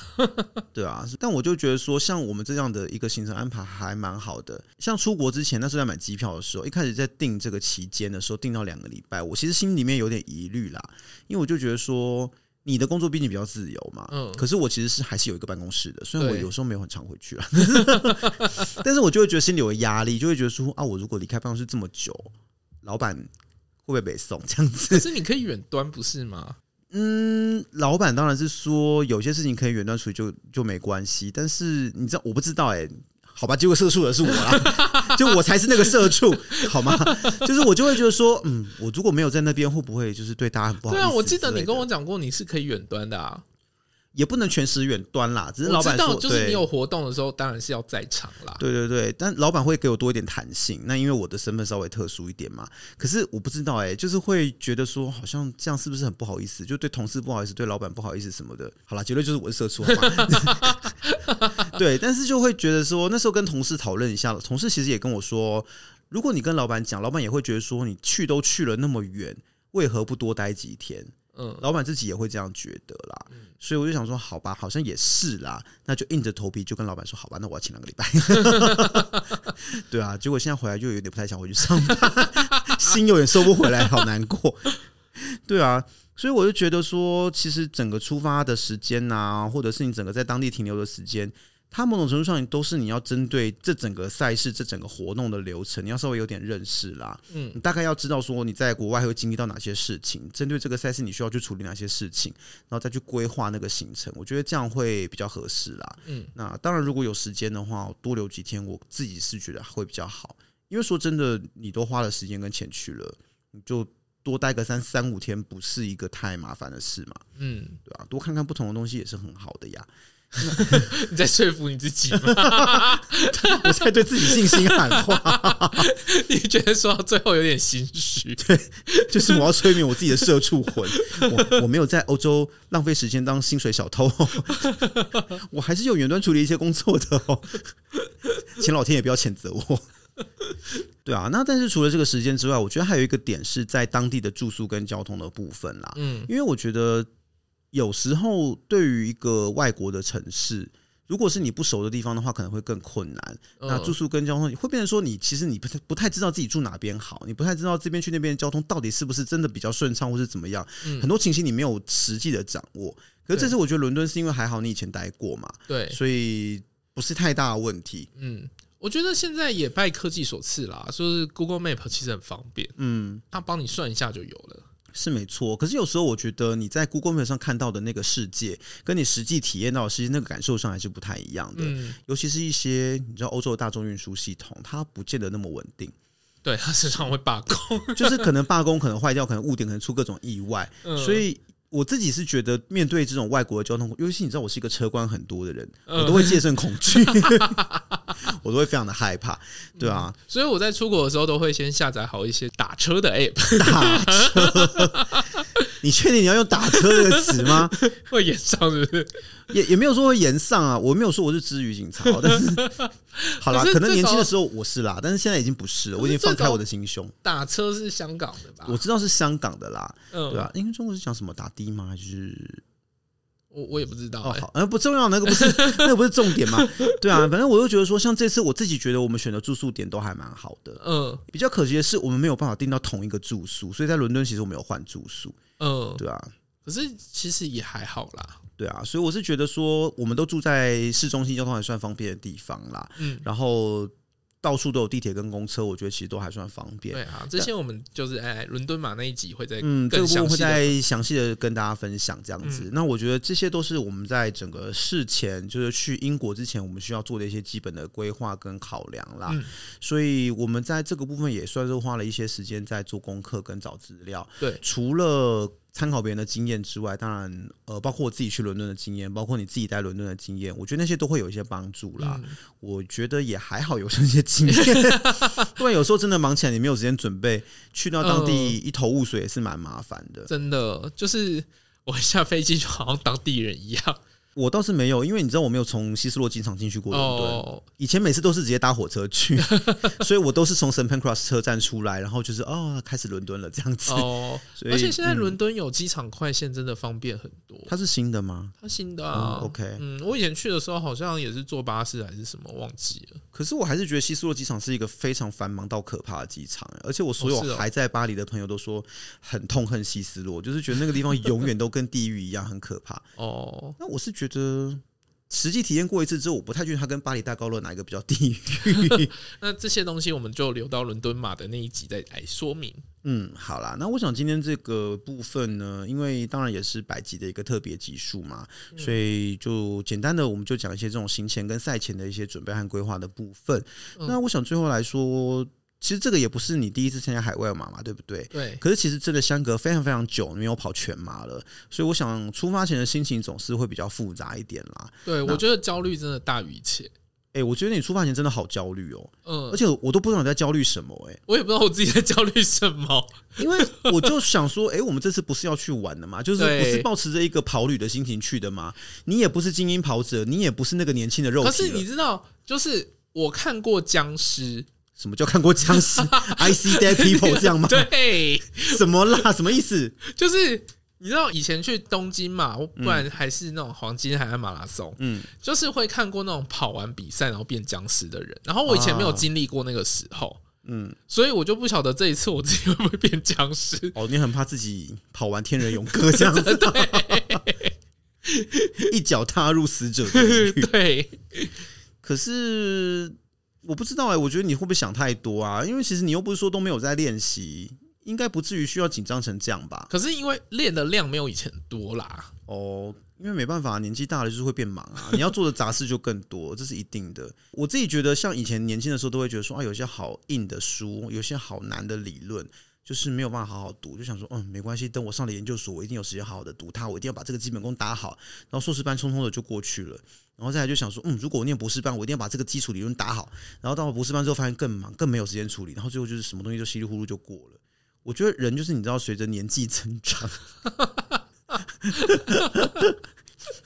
[SPEAKER 2] 对啊，是但我就觉得说，像我们这样的一个行程安排还蛮好的。像出国之前，那时候在买机票的时候，一开始在订这个期间的时候，订到两个礼拜，我其实心里面有点疑虑啦，因为我就觉得说，你的工作毕竟比较自由嘛，
[SPEAKER 1] 嗯
[SPEAKER 2] 可是我其实是还是有一个办公室的，虽然我
[SPEAKER 1] 对
[SPEAKER 2] 有时候没有很常回去啊， 但是我就会觉得心里有压力，就会觉得说啊，我如果离开办公室这么久，老板会不会被送这样
[SPEAKER 1] 可
[SPEAKER 2] 子？
[SPEAKER 1] 是你可以远端不是吗？
[SPEAKER 2] 嗯，老板当然是说有些事情可以远端处理就就没关系，但是你知道我不知道哎、好吧，结果社畜的是 我啦，就我才是那个社畜，好吗？就是我就会觉得说，嗯，我如果没有在那边，会不会就是对大家很不好意
[SPEAKER 1] 对
[SPEAKER 2] 思？
[SPEAKER 1] 啊，我记得你跟我讲过你是可以远端的啊。
[SPEAKER 2] 也不能全时远端啦，只是
[SPEAKER 1] 我
[SPEAKER 2] 老
[SPEAKER 1] 知
[SPEAKER 2] 板说
[SPEAKER 1] 道，就是你
[SPEAKER 2] 对
[SPEAKER 1] 有活动的时候，当然是要在场啦。
[SPEAKER 2] 对对对，但老板会给我多一点弹性。那因为我的身份稍微特殊一点嘛，可是我不知道哎、就是会觉得说好像这样是不是很不好意思？就对同事不好意思，对老板不好意思什么的。好啦，结论就是我是社畜，好吗？ 对，但是就会觉得说那时候跟同事讨论一下，同事其实也跟我说，如果你跟老板讲，老板也会觉得说你去都去了那么远，为何不多待几天？
[SPEAKER 1] 嗯，
[SPEAKER 2] 老板自己也会这样觉得啦，所以我就想说，好吧，好像也是啦，那就硬着头皮就跟老板说，好吧，那我要请两个礼拜。 对啊，结果现在回来就有点不太想回去上班， 心有点收不回来，好难过。对啊，所以我就觉得说，其实整个出发的时间呐、或者是你整个在当地停留的时间。它某种程度上都是你要针对这整个赛事、这整个活动的流程，你要稍微有点认识啦。
[SPEAKER 1] 嗯
[SPEAKER 2] 你大概要知道说你在国外会经历到哪些事情，针对这个赛事你需要去处理哪些事情，然后再去规划那个行程。我觉得这样会比较合适啦。
[SPEAKER 1] 嗯，
[SPEAKER 2] 那当然如果有时间的话，多留几天，我自己是觉得会比较好。因为说真的，你都花了时间跟钱去了，你就多待个三三五天，不是一个太麻烦的事嘛，
[SPEAKER 1] 嗯，
[SPEAKER 2] 对吧、多看看不同的东西也是很好的呀。
[SPEAKER 1] 你在说服你自己吗？
[SPEAKER 2] 我在对自己信心喊话，
[SPEAKER 1] 你觉得说到最后有点心虚？
[SPEAKER 2] 就是我要催眠我自己的社畜魂。我我没有在欧洲浪费时间当薪水小偷、 哦，我还是有远端处理一些工作的哦。请老天也不要谴责我。对啊，那但是除了这个时间之外，我觉得还有一个点是在当地的住宿跟交通的部分啦。
[SPEAKER 1] 嗯
[SPEAKER 2] 因为我觉得有时候对于一个外国的城市，如果是你不熟的地方的话，可能会更困难。那
[SPEAKER 1] 嗯
[SPEAKER 2] 住宿跟交通会变成说，你其实你不太不太知道自己住哪边好，你不太知道这边去那边交通到底是不是真的比较顺畅，或是怎么样。
[SPEAKER 1] 嗯
[SPEAKER 2] 很多情形你没有实际的掌握。可是这
[SPEAKER 1] 对
[SPEAKER 2] 次我觉得伦敦是因为还好你以前待过嘛，
[SPEAKER 1] 对，
[SPEAKER 2] 所以不是太大的问题。
[SPEAKER 1] 嗯，我觉得现在也拜科技所赐啦，就是 Google Map 其实很方便，
[SPEAKER 2] 嗯，
[SPEAKER 1] 它帮你算一下就有了。
[SPEAKER 2] 是没错。可是有时候我觉得你在 Google Map 上看到的那个世界，跟你实际体验到的世界那个感受上还是不太一样的。
[SPEAKER 1] 嗯，
[SPEAKER 2] 尤其是一些你知道欧洲的大众运输系统，它不见得那么稳定，
[SPEAKER 1] 对，它时常会罢 工。
[SPEAKER 2] 就是可能罢工，可能坏掉，可能误点，可能出各种意外。
[SPEAKER 1] 嗯
[SPEAKER 2] 所以我自己是觉得，面对这种外国的交通，尤其你知道我是一个车关很多的人，
[SPEAKER 1] 嗯
[SPEAKER 2] 我都会戒慎恐 惧，我都会非常的害怕，对啊，
[SPEAKER 1] 所以我在出国的时候都会先下载好一些打车
[SPEAKER 2] 嗯
[SPEAKER 1] 的 app，
[SPEAKER 2] 打车。你确定你要用“打车”这个 词吗？
[SPEAKER 1] 会延上是不是？
[SPEAKER 2] 也也没有说会延上啊，我没有说我是之余警察哦， 但是好啦，
[SPEAKER 1] 可是
[SPEAKER 2] 可能年
[SPEAKER 1] 至少
[SPEAKER 2] 轻的时候我是啦，但是现在已经不是了，我已经
[SPEAKER 1] 可是
[SPEAKER 2] 放
[SPEAKER 1] 至少
[SPEAKER 2] 开我的心胸。
[SPEAKER 1] 打车是香港的吧？
[SPEAKER 2] 我知道是香港的啦，
[SPEAKER 1] 嗯，
[SPEAKER 2] 对啊，因为中国是讲什么打的吗？还是
[SPEAKER 1] 我我也不知道、
[SPEAKER 2] 哦
[SPEAKER 1] 欸。
[SPEAKER 2] 好，呃不重要，那个不是那个不是重 点嘛？对啊，反正我就觉得说，像这次我自己觉得我们选的住宿点都还蛮好的，
[SPEAKER 1] 嗯
[SPEAKER 2] 比较可惜的是我们没有办法订到同一个住宿，所以在伦敦其实我们有换住宿，
[SPEAKER 1] 嗯，
[SPEAKER 2] 对啊。
[SPEAKER 1] 可是其实也还好啦。
[SPEAKER 2] 对啊，所以我是觉得说，我们都住在市中心，交通还算方便的地方啦。
[SPEAKER 1] 嗯，
[SPEAKER 2] 然后到处都有地铁跟公车，我觉得其实都还算方便。
[SPEAKER 1] 对啊，这些我们就是哎，伦敦马那一集会再
[SPEAKER 2] 嗯，这
[SPEAKER 1] 更
[SPEAKER 2] 个部
[SPEAKER 1] 详
[SPEAKER 2] 分会
[SPEAKER 1] 细的。
[SPEAKER 2] 再详细的跟大家分享这样
[SPEAKER 1] 嗯
[SPEAKER 2] 子。那我觉得这些都是我们在整个事前，就是去英国之前，我们需要做的一些基本的规划跟考量啦。
[SPEAKER 1] 嗯
[SPEAKER 2] 所以我们在这个部分也算是花了一些时间在做功课跟找资料。
[SPEAKER 1] 对
[SPEAKER 2] 除了参考别人的经验之外，当然呃，包括我自己去伦敦的经验，包括你自己在伦敦的经验，我觉得那些都会有一些帮助啦。
[SPEAKER 1] 嗯
[SPEAKER 2] 我觉得也还好有这些经验， 不然有时候真的忙起来，你没有时间准备，去到当地一头雾水也是蛮麻烦的。
[SPEAKER 1] 真的就是我一下飞机就好像当地人一样。
[SPEAKER 2] 我倒是没有，因为你知道我没有从希斯洛机场进去过伦敦，
[SPEAKER 1] 哦，
[SPEAKER 2] 以前每次都是直接搭火车去， 所以我都是从 St Pancras 车站出来，然后就是哦，开始伦敦了这样子。
[SPEAKER 1] 哦，
[SPEAKER 2] 所以
[SPEAKER 1] 而且现在
[SPEAKER 2] 嗯
[SPEAKER 1] 伦敦有机场快线，真的方便很多。
[SPEAKER 2] 它是新的吗？
[SPEAKER 1] 它新的啊、
[SPEAKER 2] 哦，OK
[SPEAKER 1] 嗯，我以前去的时候好像也是坐巴士还是什么，忘记了。
[SPEAKER 2] 可是我还是觉得希斯洛机场是一个非常繁忙到可怕的机场，欸而且我所
[SPEAKER 1] 哦是
[SPEAKER 2] 有
[SPEAKER 1] 哦
[SPEAKER 2] 还在巴黎的朋友都说很痛恨希斯洛，就是觉得那个地方永远都跟地狱一样，很可怕。
[SPEAKER 1] 哦，
[SPEAKER 2] 那我是觉得实际体验过一次之后，我不太确定它跟巴黎大高乐哪一个比较地狱。
[SPEAKER 1] 那这些东西我们就留到伦敦马的那一集再来说明。
[SPEAKER 2] 嗯，好啦，那我想今天这个部分呢，因为当然也是百集的一个特别集数嘛，所以就简单的我们就讲一些这种行前跟赛前的一些准备和规划的部分。
[SPEAKER 1] 嗯
[SPEAKER 2] 那我想最后来说，其实这个也不是你第一次参加海外马嘛，对不对？
[SPEAKER 1] 对，
[SPEAKER 2] 可是其实真的相隔非常非常久，没有跑全马了，所以我想出发前的心情总是会比较复杂一点啦。
[SPEAKER 1] 对我觉得焦虑真的大于一切。
[SPEAKER 2] 哎、我觉得你出发前真的好焦虑哦，
[SPEAKER 1] 嗯
[SPEAKER 2] 而，且我都不知道你在焦虑什么哎、
[SPEAKER 1] 我也不知道我自己在焦虑什么。
[SPEAKER 2] 因为我就想说，哎、我们这次不是要去玩的嘛，就是
[SPEAKER 1] 对
[SPEAKER 2] 不是抱持着一个跑旅的心情去的嘛？你也不是精英跑者，你也不是那个年轻的 肉体
[SPEAKER 1] 可是
[SPEAKER 2] 了。
[SPEAKER 1] 你知道，就是我看过僵尸，
[SPEAKER 2] 什么叫看过 僵尸？I see dead people 这样吗？
[SPEAKER 1] 对，
[SPEAKER 2] 什么啦？什么意思？
[SPEAKER 1] 就是你知道以前去东京嘛，不然还是那种黄金海岸马拉松，
[SPEAKER 2] 嗯，
[SPEAKER 1] 就是会看过那种跑完比赛然后变僵尸的人。然后我以前没有经历过那个时候，
[SPEAKER 2] 嗯，
[SPEAKER 1] 所以我就不晓得这一次我自己会不会变僵尸。
[SPEAKER 2] 哦，你很怕自己跑完天人永歌这样子， 一脚踏入死者的领域。
[SPEAKER 1] 对，
[SPEAKER 2] 可是我不知道哎、我觉得你会不会想太多啊？因为其实你又不是说都没有在练习，应该不至于需要紧张成这样吧？
[SPEAKER 1] 可是因为练的量没有以前多啦，
[SPEAKER 2] 哦，因为没办法，年纪大了就是会变忙啊，你要做的杂事就更多，这是一定的。我自己觉得，像以前年轻的时候，都会觉得说啊，有些好硬的书，有些好难的理论。就是没有办法好好读，就想说，嗯，没关系，等我上了研究所，我一定有时间好好的读它，我一定要把这个基本功打好。然后硕士班匆匆的就过去了，然后再来就想说，嗯，如果我念博士班，我一定要把这个基础理论打好。然后到了博士班之后，发现更忙，更没有时间处理，然后最后就是什么东西就稀里糊涂就过了。我觉得人就是你知道，随着年纪增长，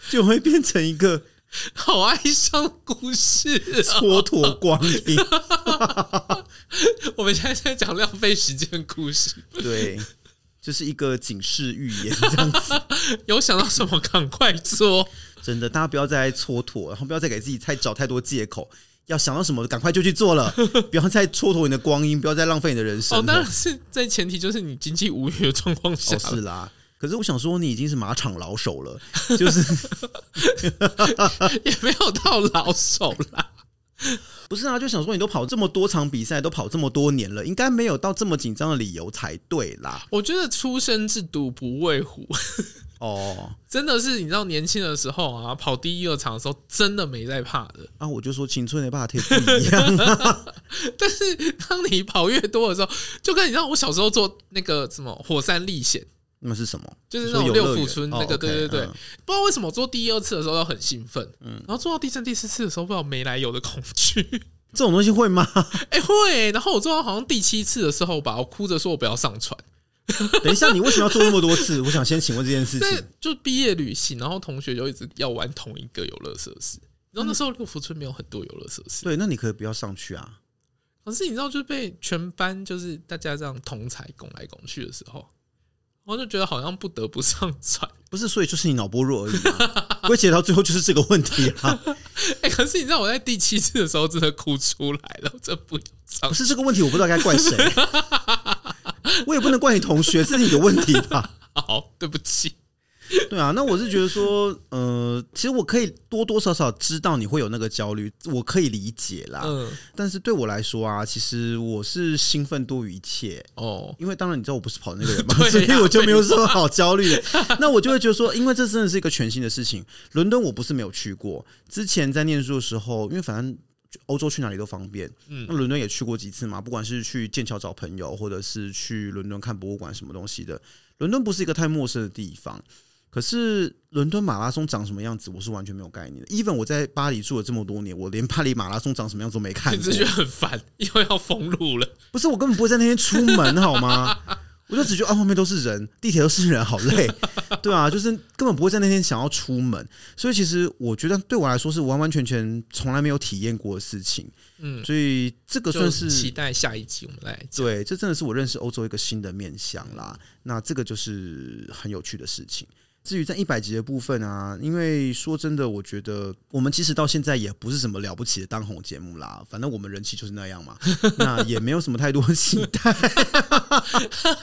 [SPEAKER 2] 就会变成一个
[SPEAKER 1] 好哀伤的故 事啊、
[SPEAKER 2] 蹉跎光阴。
[SPEAKER 1] 我们现在在讲浪费时间的故事，
[SPEAKER 2] 对，就是一个警示预言这样子。
[SPEAKER 1] 有想到什么赶快做。
[SPEAKER 2] 真的，大家不要再蹉跎，然后不要再给自己太找太多借口。要想到什么，赶快就去做了， 不要再蹉跎你的光阴，不要再浪费你的人生
[SPEAKER 1] 哦，啊
[SPEAKER 2] 了。
[SPEAKER 1] 当然是在前提就是你经济无语的状况下
[SPEAKER 2] 哦，是啦。可是我想说，你已经是马场老手了，就是
[SPEAKER 1] 也没有到老手啦。
[SPEAKER 2] 不是啊？就想说，你都跑这么多场比赛，都跑这么多年了，应该没有到这么紧张的理由才对啦。
[SPEAKER 1] 我觉得出生之犊不畏虎，
[SPEAKER 2] 哦，
[SPEAKER 1] 真的是你知道年轻的时候啊，跑第一二场的时候真的没在怕的，
[SPEAKER 2] 啊，我就说青春的霸体不一样啊。
[SPEAKER 1] 但是当你跑越多的时候，就跟你知道我小时候做那个什么火山历险，
[SPEAKER 2] 那是什么？
[SPEAKER 1] 就是
[SPEAKER 2] 你
[SPEAKER 1] 那种
[SPEAKER 2] 说游
[SPEAKER 1] 六
[SPEAKER 2] 乐
[SPEAKER 1] 福
[SPEAKER 2] 园
[SPEAKER 1] 村
[SPEAKER 2] 哦
[SPEAKER 1] 那个，
[SPEAKER 2] OK，
[SPEAKER 1] 对对对，
[SPEAKER 2] 嗯
[SPEAKER 1] 不知道为什么做第一二次的时候要很兴奋，然后做到第三、第四次的时候不知道没来由的恐惧，
[SPEAKER 2] 这种东西会吗？
[SPEAKER 1] 哎、会欸、然后我做到好像第七次的时候吧，我哭着说我不要上船，
[SPEAKER 2] 等一下，你为什么要做那么多次？我想先请问这件事
[SPEAKER 1] 但
[SPEAKER 2] 情。
[SPEAKER 1] 就毕业旅行，然后同学就一直要玩同一个游乐设施。然后那时候六福村没有很多游乐设施，
[SPEAKER 2] 对，那你可以不要上去啊。
[SPEAKER 1] 可是你知道，就是被全班就是大家这样同才拱来拱去的时候，我就觉得好像不得不上船。
[SPEAKER 2] 不是，所以就是你脑波弱而已啊。归结到最后就是这个问题啊，
[SPEAKER 1] 哎、可是你知道我在第七次的时候真的哭出来了，我真不想上
[SPEAKER 2] 不。是这个问题，我不知道该怪谁。我也不能怪你同学，这是你的问题吧？
[SPEAKER 1] 好，对不起。
[SPEAKER 2] 对啊，那我是觉得说，呃，其实我可以多多少少知道你会有那个焦虑，我可以理解啦。
[SPEAKER 1] 嗯，
[SPEAKER 2] 但是对我来说啊，其实我是兴奋多于一切，
[SPEAKER 1] 哦，
[SPEAKER 2] 因为当然你知道我不是跑的那个人嘛，
[SPEAKER 1] 对啊啊
[SPEAKER 2] 所以我就没有什么好焦虑的。 那我就会觉得说，因为这真的是一个全新的事情。伦敦我不是没有去过，之前在念书的时候，因为反正。欧洲去哪里都方便，
[SPEAKER 1] 嗯
[SPEAKER 2] 那伦敦也去过几次嘛，不管是去剑桥找朋友，或者是去伦敦看博物馆什么东西的，伦敦不是一个太陌生的地方。可是伦敦马拉松长什么样子，我是完全没有概念的。even 我在巴黎住了这么多年，我连巴黎马拉松长什么样子都没 看
[SPEAKER 1] 你
[SPEAKER 2] 过
[SPEAKER 1] 只。是觉得很烦，因为要封路了。
[SPEAKER 2] 不是，我根本不会在那天出门，好吗？ 我就只觉得啊，外面都是人，地铁都是人，好累， 对啊，就是根本不会在那天想要出门，所以其实我觉得对我来说是完完全全从来没有体验过的事情，
[SPEAKER 1] 嗯，
[SPEAKER 2] 所以这个
[SPEAKER 1] 就
[SPEAKER 2] 算
[SPEAKER 1] 期
[SPEAKER 2] 是
[SPEAKER 1] 待下一集我们来讲。嗯
[SPEAKER 2] 对，这真的是我认识欧洲一个新的面向啦。那这个就是很有趣的事情。至于在一百集的部分啊，因为说真的，我觉得我们其实到现在也不是什么了不起的当红节目啦，反正我们人气就是那样嘛，那也没有什么太多期待，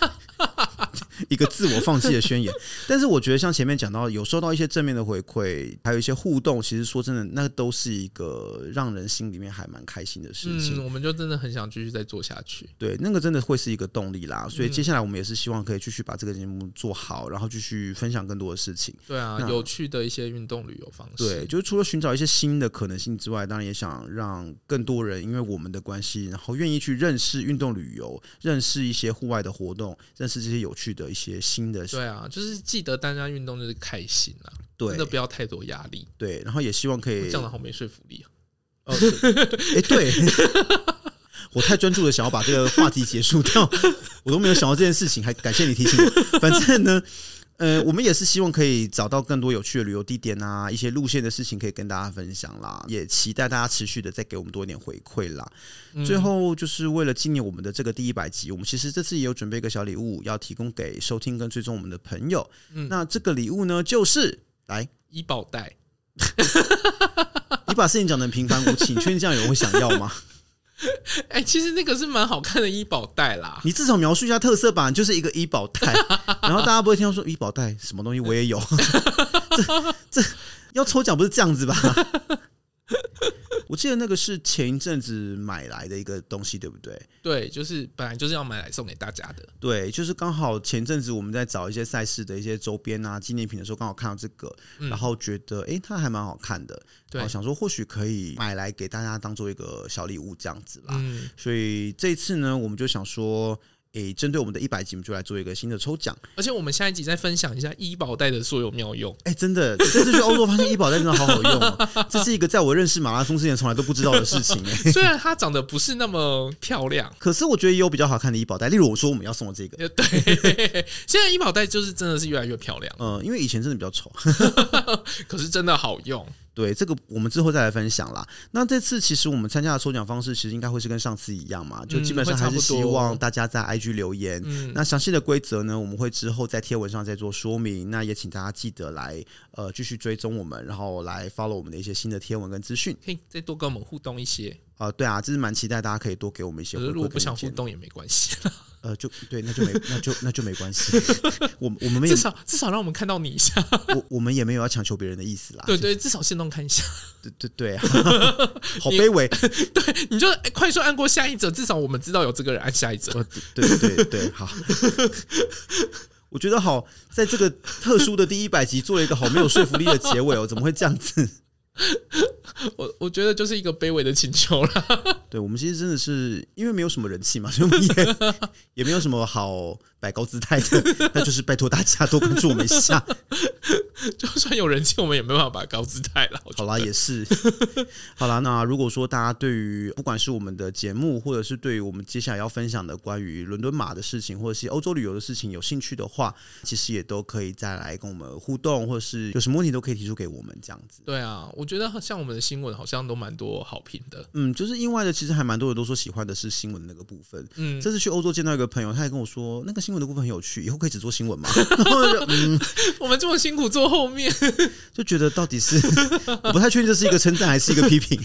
[SPEAKER 2] 一个自我放弃的宣言。但是我觉得像前面讲到，有收到一些正面的回馈，还有一些互动，其实说真的，那都是一个让人心里面还蛮开心的事情。
[SPEAKER 1] 嗯，我们就真的很想继续再做下去。
[SPEAKER 2] 对，那个真的会是一个动力啦。所以
[SPEAKER 1] 嗯
[SPEAKER 2] 接下来我们也是希望可以继续把这个节目做好，然后继续分享更多的事情。
[SPEAKER 1] 对啊
[SPEAKER 2] 那，
[SPEAKER 1] 有趣的一些运动旅游方式。
[SPEAKER 2] 对，就是除了寻找一些新的可能性之外，当然也想让更多人因为我们的关系，然后愿意去认识运动旅游，认识一些户外的活动，认识这些有趣的一些新的
[SPEAKER 1] 对啊，就是记得大家运动就是开心啊，真的
[SPEAKER 2] 对
[SPEAKER 1] 不要太多压力，
[SPEAKER 2] 对，然后也希望可以
[SPEAKER 1] 这样好没说服力啊。
[SPEAKER 2] 哦， 哎、对， 我太专注的想要把这个话题结束 掉，我都没有想到这件事情，还感谢你提醒我。反正呢，呃，我们也是希望可以找到更多有趣的旅游地点啊，一些路线的事情可以跟大家分享啦，也期待大家持续的再给我们多一点回馈啦。
[SPEAKER 1] 嗯
[SPEAKER 2] 最后就是为了纪念我们的这个第一百集，我们其实这次也有准备一个小礼物要提供给收听跟追踪我们的朋友。
[SPEAKER 1] 嗯
[SPEAKER 2] 那这个礼物呢，就是来。
[SPEAKER 1] 医保袋，
[SPEAKER 2] 你把事情讲得很平凡无奇，你确定这样有人会想要吗？
[SPEAKER 1] 哎、其实那个是蛮好看的医保袋啦。
[SPEAKER 2] 你至少描述一下特色吧，你就是一个医保袋，然后大家不会听到说医保袋什么东西我也有， 这这要抽奖不是这样子吧？我记得那个是前一阵子买来的一个东西，对不对？
[SPEAKER 1] 对，就是本来就是要买来送给大家的。
[SPEAKER 2] 对，就是刚好前阵子我们在找一些赛事的一些周边啊、纪念品的时候，刚好看到这个，
[SPEAKER 1] 嗯
[SPEAKER 2] 然后觉得诶，它还蛮好看的，
[SPEAKER 1] 对
[SPEAKER 2] 然后想说或许可以买来给大家当做一个小礼物这样子啦。
[SPEAKER 1] 嗯，
[SPEAKER 2] 所以这一次呢，我们就想说，诶，针对我们的一百集，我们就来做一个新的抽奖。
[SPEAKER 1] 而且我们下一集再分享一下医保袋的所有妙用。
[SPEAKER 2] 哎、真的，这次去欧洲发现医保袋真的好好用、哦， 这是一个在我认识马拉松之前从来都不知道的事情、哎，
[SPEAKER 1] 虽然它长得不是那么漂亮，
[SPEAKER 2] 可是我觉得也有比较好看的医保袋，例如我说我们要送的这个，
[SPEAKER 1] 呃，对，现在医保袋就是真的是越来越漂亮，
[SPEAKER 2] 呃，因为以前真的比较丑，
[SPEAKER 1] 可是真的好用。
[SPEAKER 2] 对这个我们之后再来分享啦。那这次其实我们参加的抽奖方式其实应该会是跟上次一样嘛，就基本上还是希望大家在 IG 留言。
[SPEAKER 1] 嗯，
[SPEAKER 2] 那详细的规则呢，我们会之后在贴文上再做说明。那也请大家记得来呃继续追踪我们，然后来 follow 我们的一些新的贴文跟资讯。
[SPEAKER 1] 可以再多跟我们互动一些，
[SPEAKER 2] 啊，对啊，这是蛮期待大家可以多给我们一些
[SPEAKER 1] 可
[SPEAKER 2] 回
[SPEAKER 1] 是
[SPEAKER 2] 馈
[SPEAKER 1] 呃如果
[SPEAKER 2] 跟
[SPEAKER 1] 不想
[SPEAKER 2] 意见
[SPEAKER 1] 互动也没关系，
[SPEAKER 2] 呃，就对，那就没，那就那就没关 系。我我们也
[SPEAKER 1] 至少至少让我们看到你一下。
[SPEAKER 2] 我我们也没有要强求别人的意思啦。
[SPEAKER 1] 对对，至少先动看一下。
[SPEAKER 2] 对 对对，好卑微。
[SPEAKER 1] 你就、哎快速按过下一则，至少我们知道有这个人按下一则。
[SPEAKER 2] 呃对对对对，好。 我觉得好，在这个特殊的第一百集做了一个好没有说服力的结尾哦，怎么会这样子？
[SPEAKER 1] 我我觉得就是一个卑微的请求啦。
[SPEAKER 2] 对我们其实真的是因为没有什么人气嘛，所以我们也也没有什么好摆高姿态的，那就是拜托大家多关注我们一下。
[SPEAKER 1] 就算有人气，我们也没办法把高姿态了。我觉
[SPEAKER 2] 好
[SPEAKER 1] 得
[SPEAKER 2] 啦，也是， 好啦。那如果说大家对于不管是我们的节目，或者是对于我们接下来要分享的关于伦敦马的事情，或者是欧洲旅游的事情有兴趣的话，其实也都可以再来跟我们互动，或者是有什么问题都可以提出给我们这样子。
[SPEAKER 1] 对啊，我觉得像我们的新闻好像都蛮多好评的。
[SPEAKER 2] 嗯，就是意外的，其实还蛮多人都说喜欢的是新闻的那个部分。
[SPEAKER 1] 嗯，
[SPEAKER 2] 这次去欧洲见到一个朋友，他也跟我说，那个新闻的部分很有趣，以后可以只做新闻吗？ 然后我就嗯，
[SPEAKER 1] 我们这么辛苦坐后 面，
[SPEAKER 2] 就觉得到底是 我不太确定这是一个称赞还是一个批评、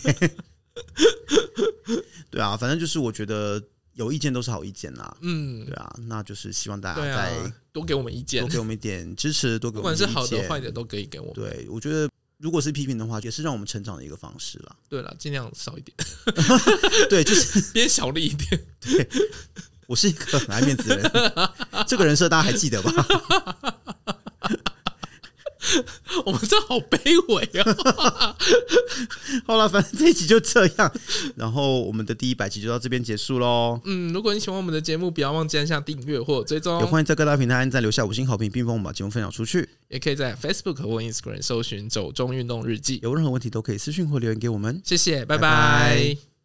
[SPEAKER 2] 对啊，反正就是我觉得有意见都是好意见啦。
[SPEAKER 1] 嗯
[SPEAKER 2] 对，啊，那就是希望大家
[SPEAKER 1] 对
[SPEAKER 2] 再
[SPEAKER 1] 啊，多给我们意见
[SPEAKER 2] 多，给我们一点支持，多给
[SPEAKER 1] 不
[SPEAKER 2] 我们
[SPEAKER 1] 管
[SPEAKER 2] 一些
[SPEAKER 1] 是
[SPEAKER 2] 意见。
[SPEAKER 1] 好的坏的都可以给我们。
[SPEAKER 2] 对，我觉得如果是批评的话，也是让我们成长的一个方式啦。
[SPEAKER 1] 对了，尽量少一点，
[SPEAKER 2] 对，就是
[SPEAKER 1] 变小力一点。
[SPEAKER 2] 我是一个很爱面子的人，这个人设大家还记得吧？
[SPEAKER 1] 我们这好卑微 啊！
[SPEAKER 2] 好了，反正这一集就这样， 然后我们的第一百集就到这边结束喽。
[SPEAKER 1] 嗯，如果你喜欢我们的节目，不要忘记按下订阅或追踪
[SPEAKER 2] 也，欢迎在各大平台按赞、留下五星好评，并帮我们把节目分享出去。
[SPEAKER 1] 也可以在 Facebook 或 Instagram 搜寻“走中运动日记”。
[SPEAKER 2] 有任何问题都可以私讯或留言给我们。
[SPEAKER 1] 谢谢，拜
[SPEAKER 2] 拜
[SPEAKER 1] 拜。
[SPEAKER 2] 拜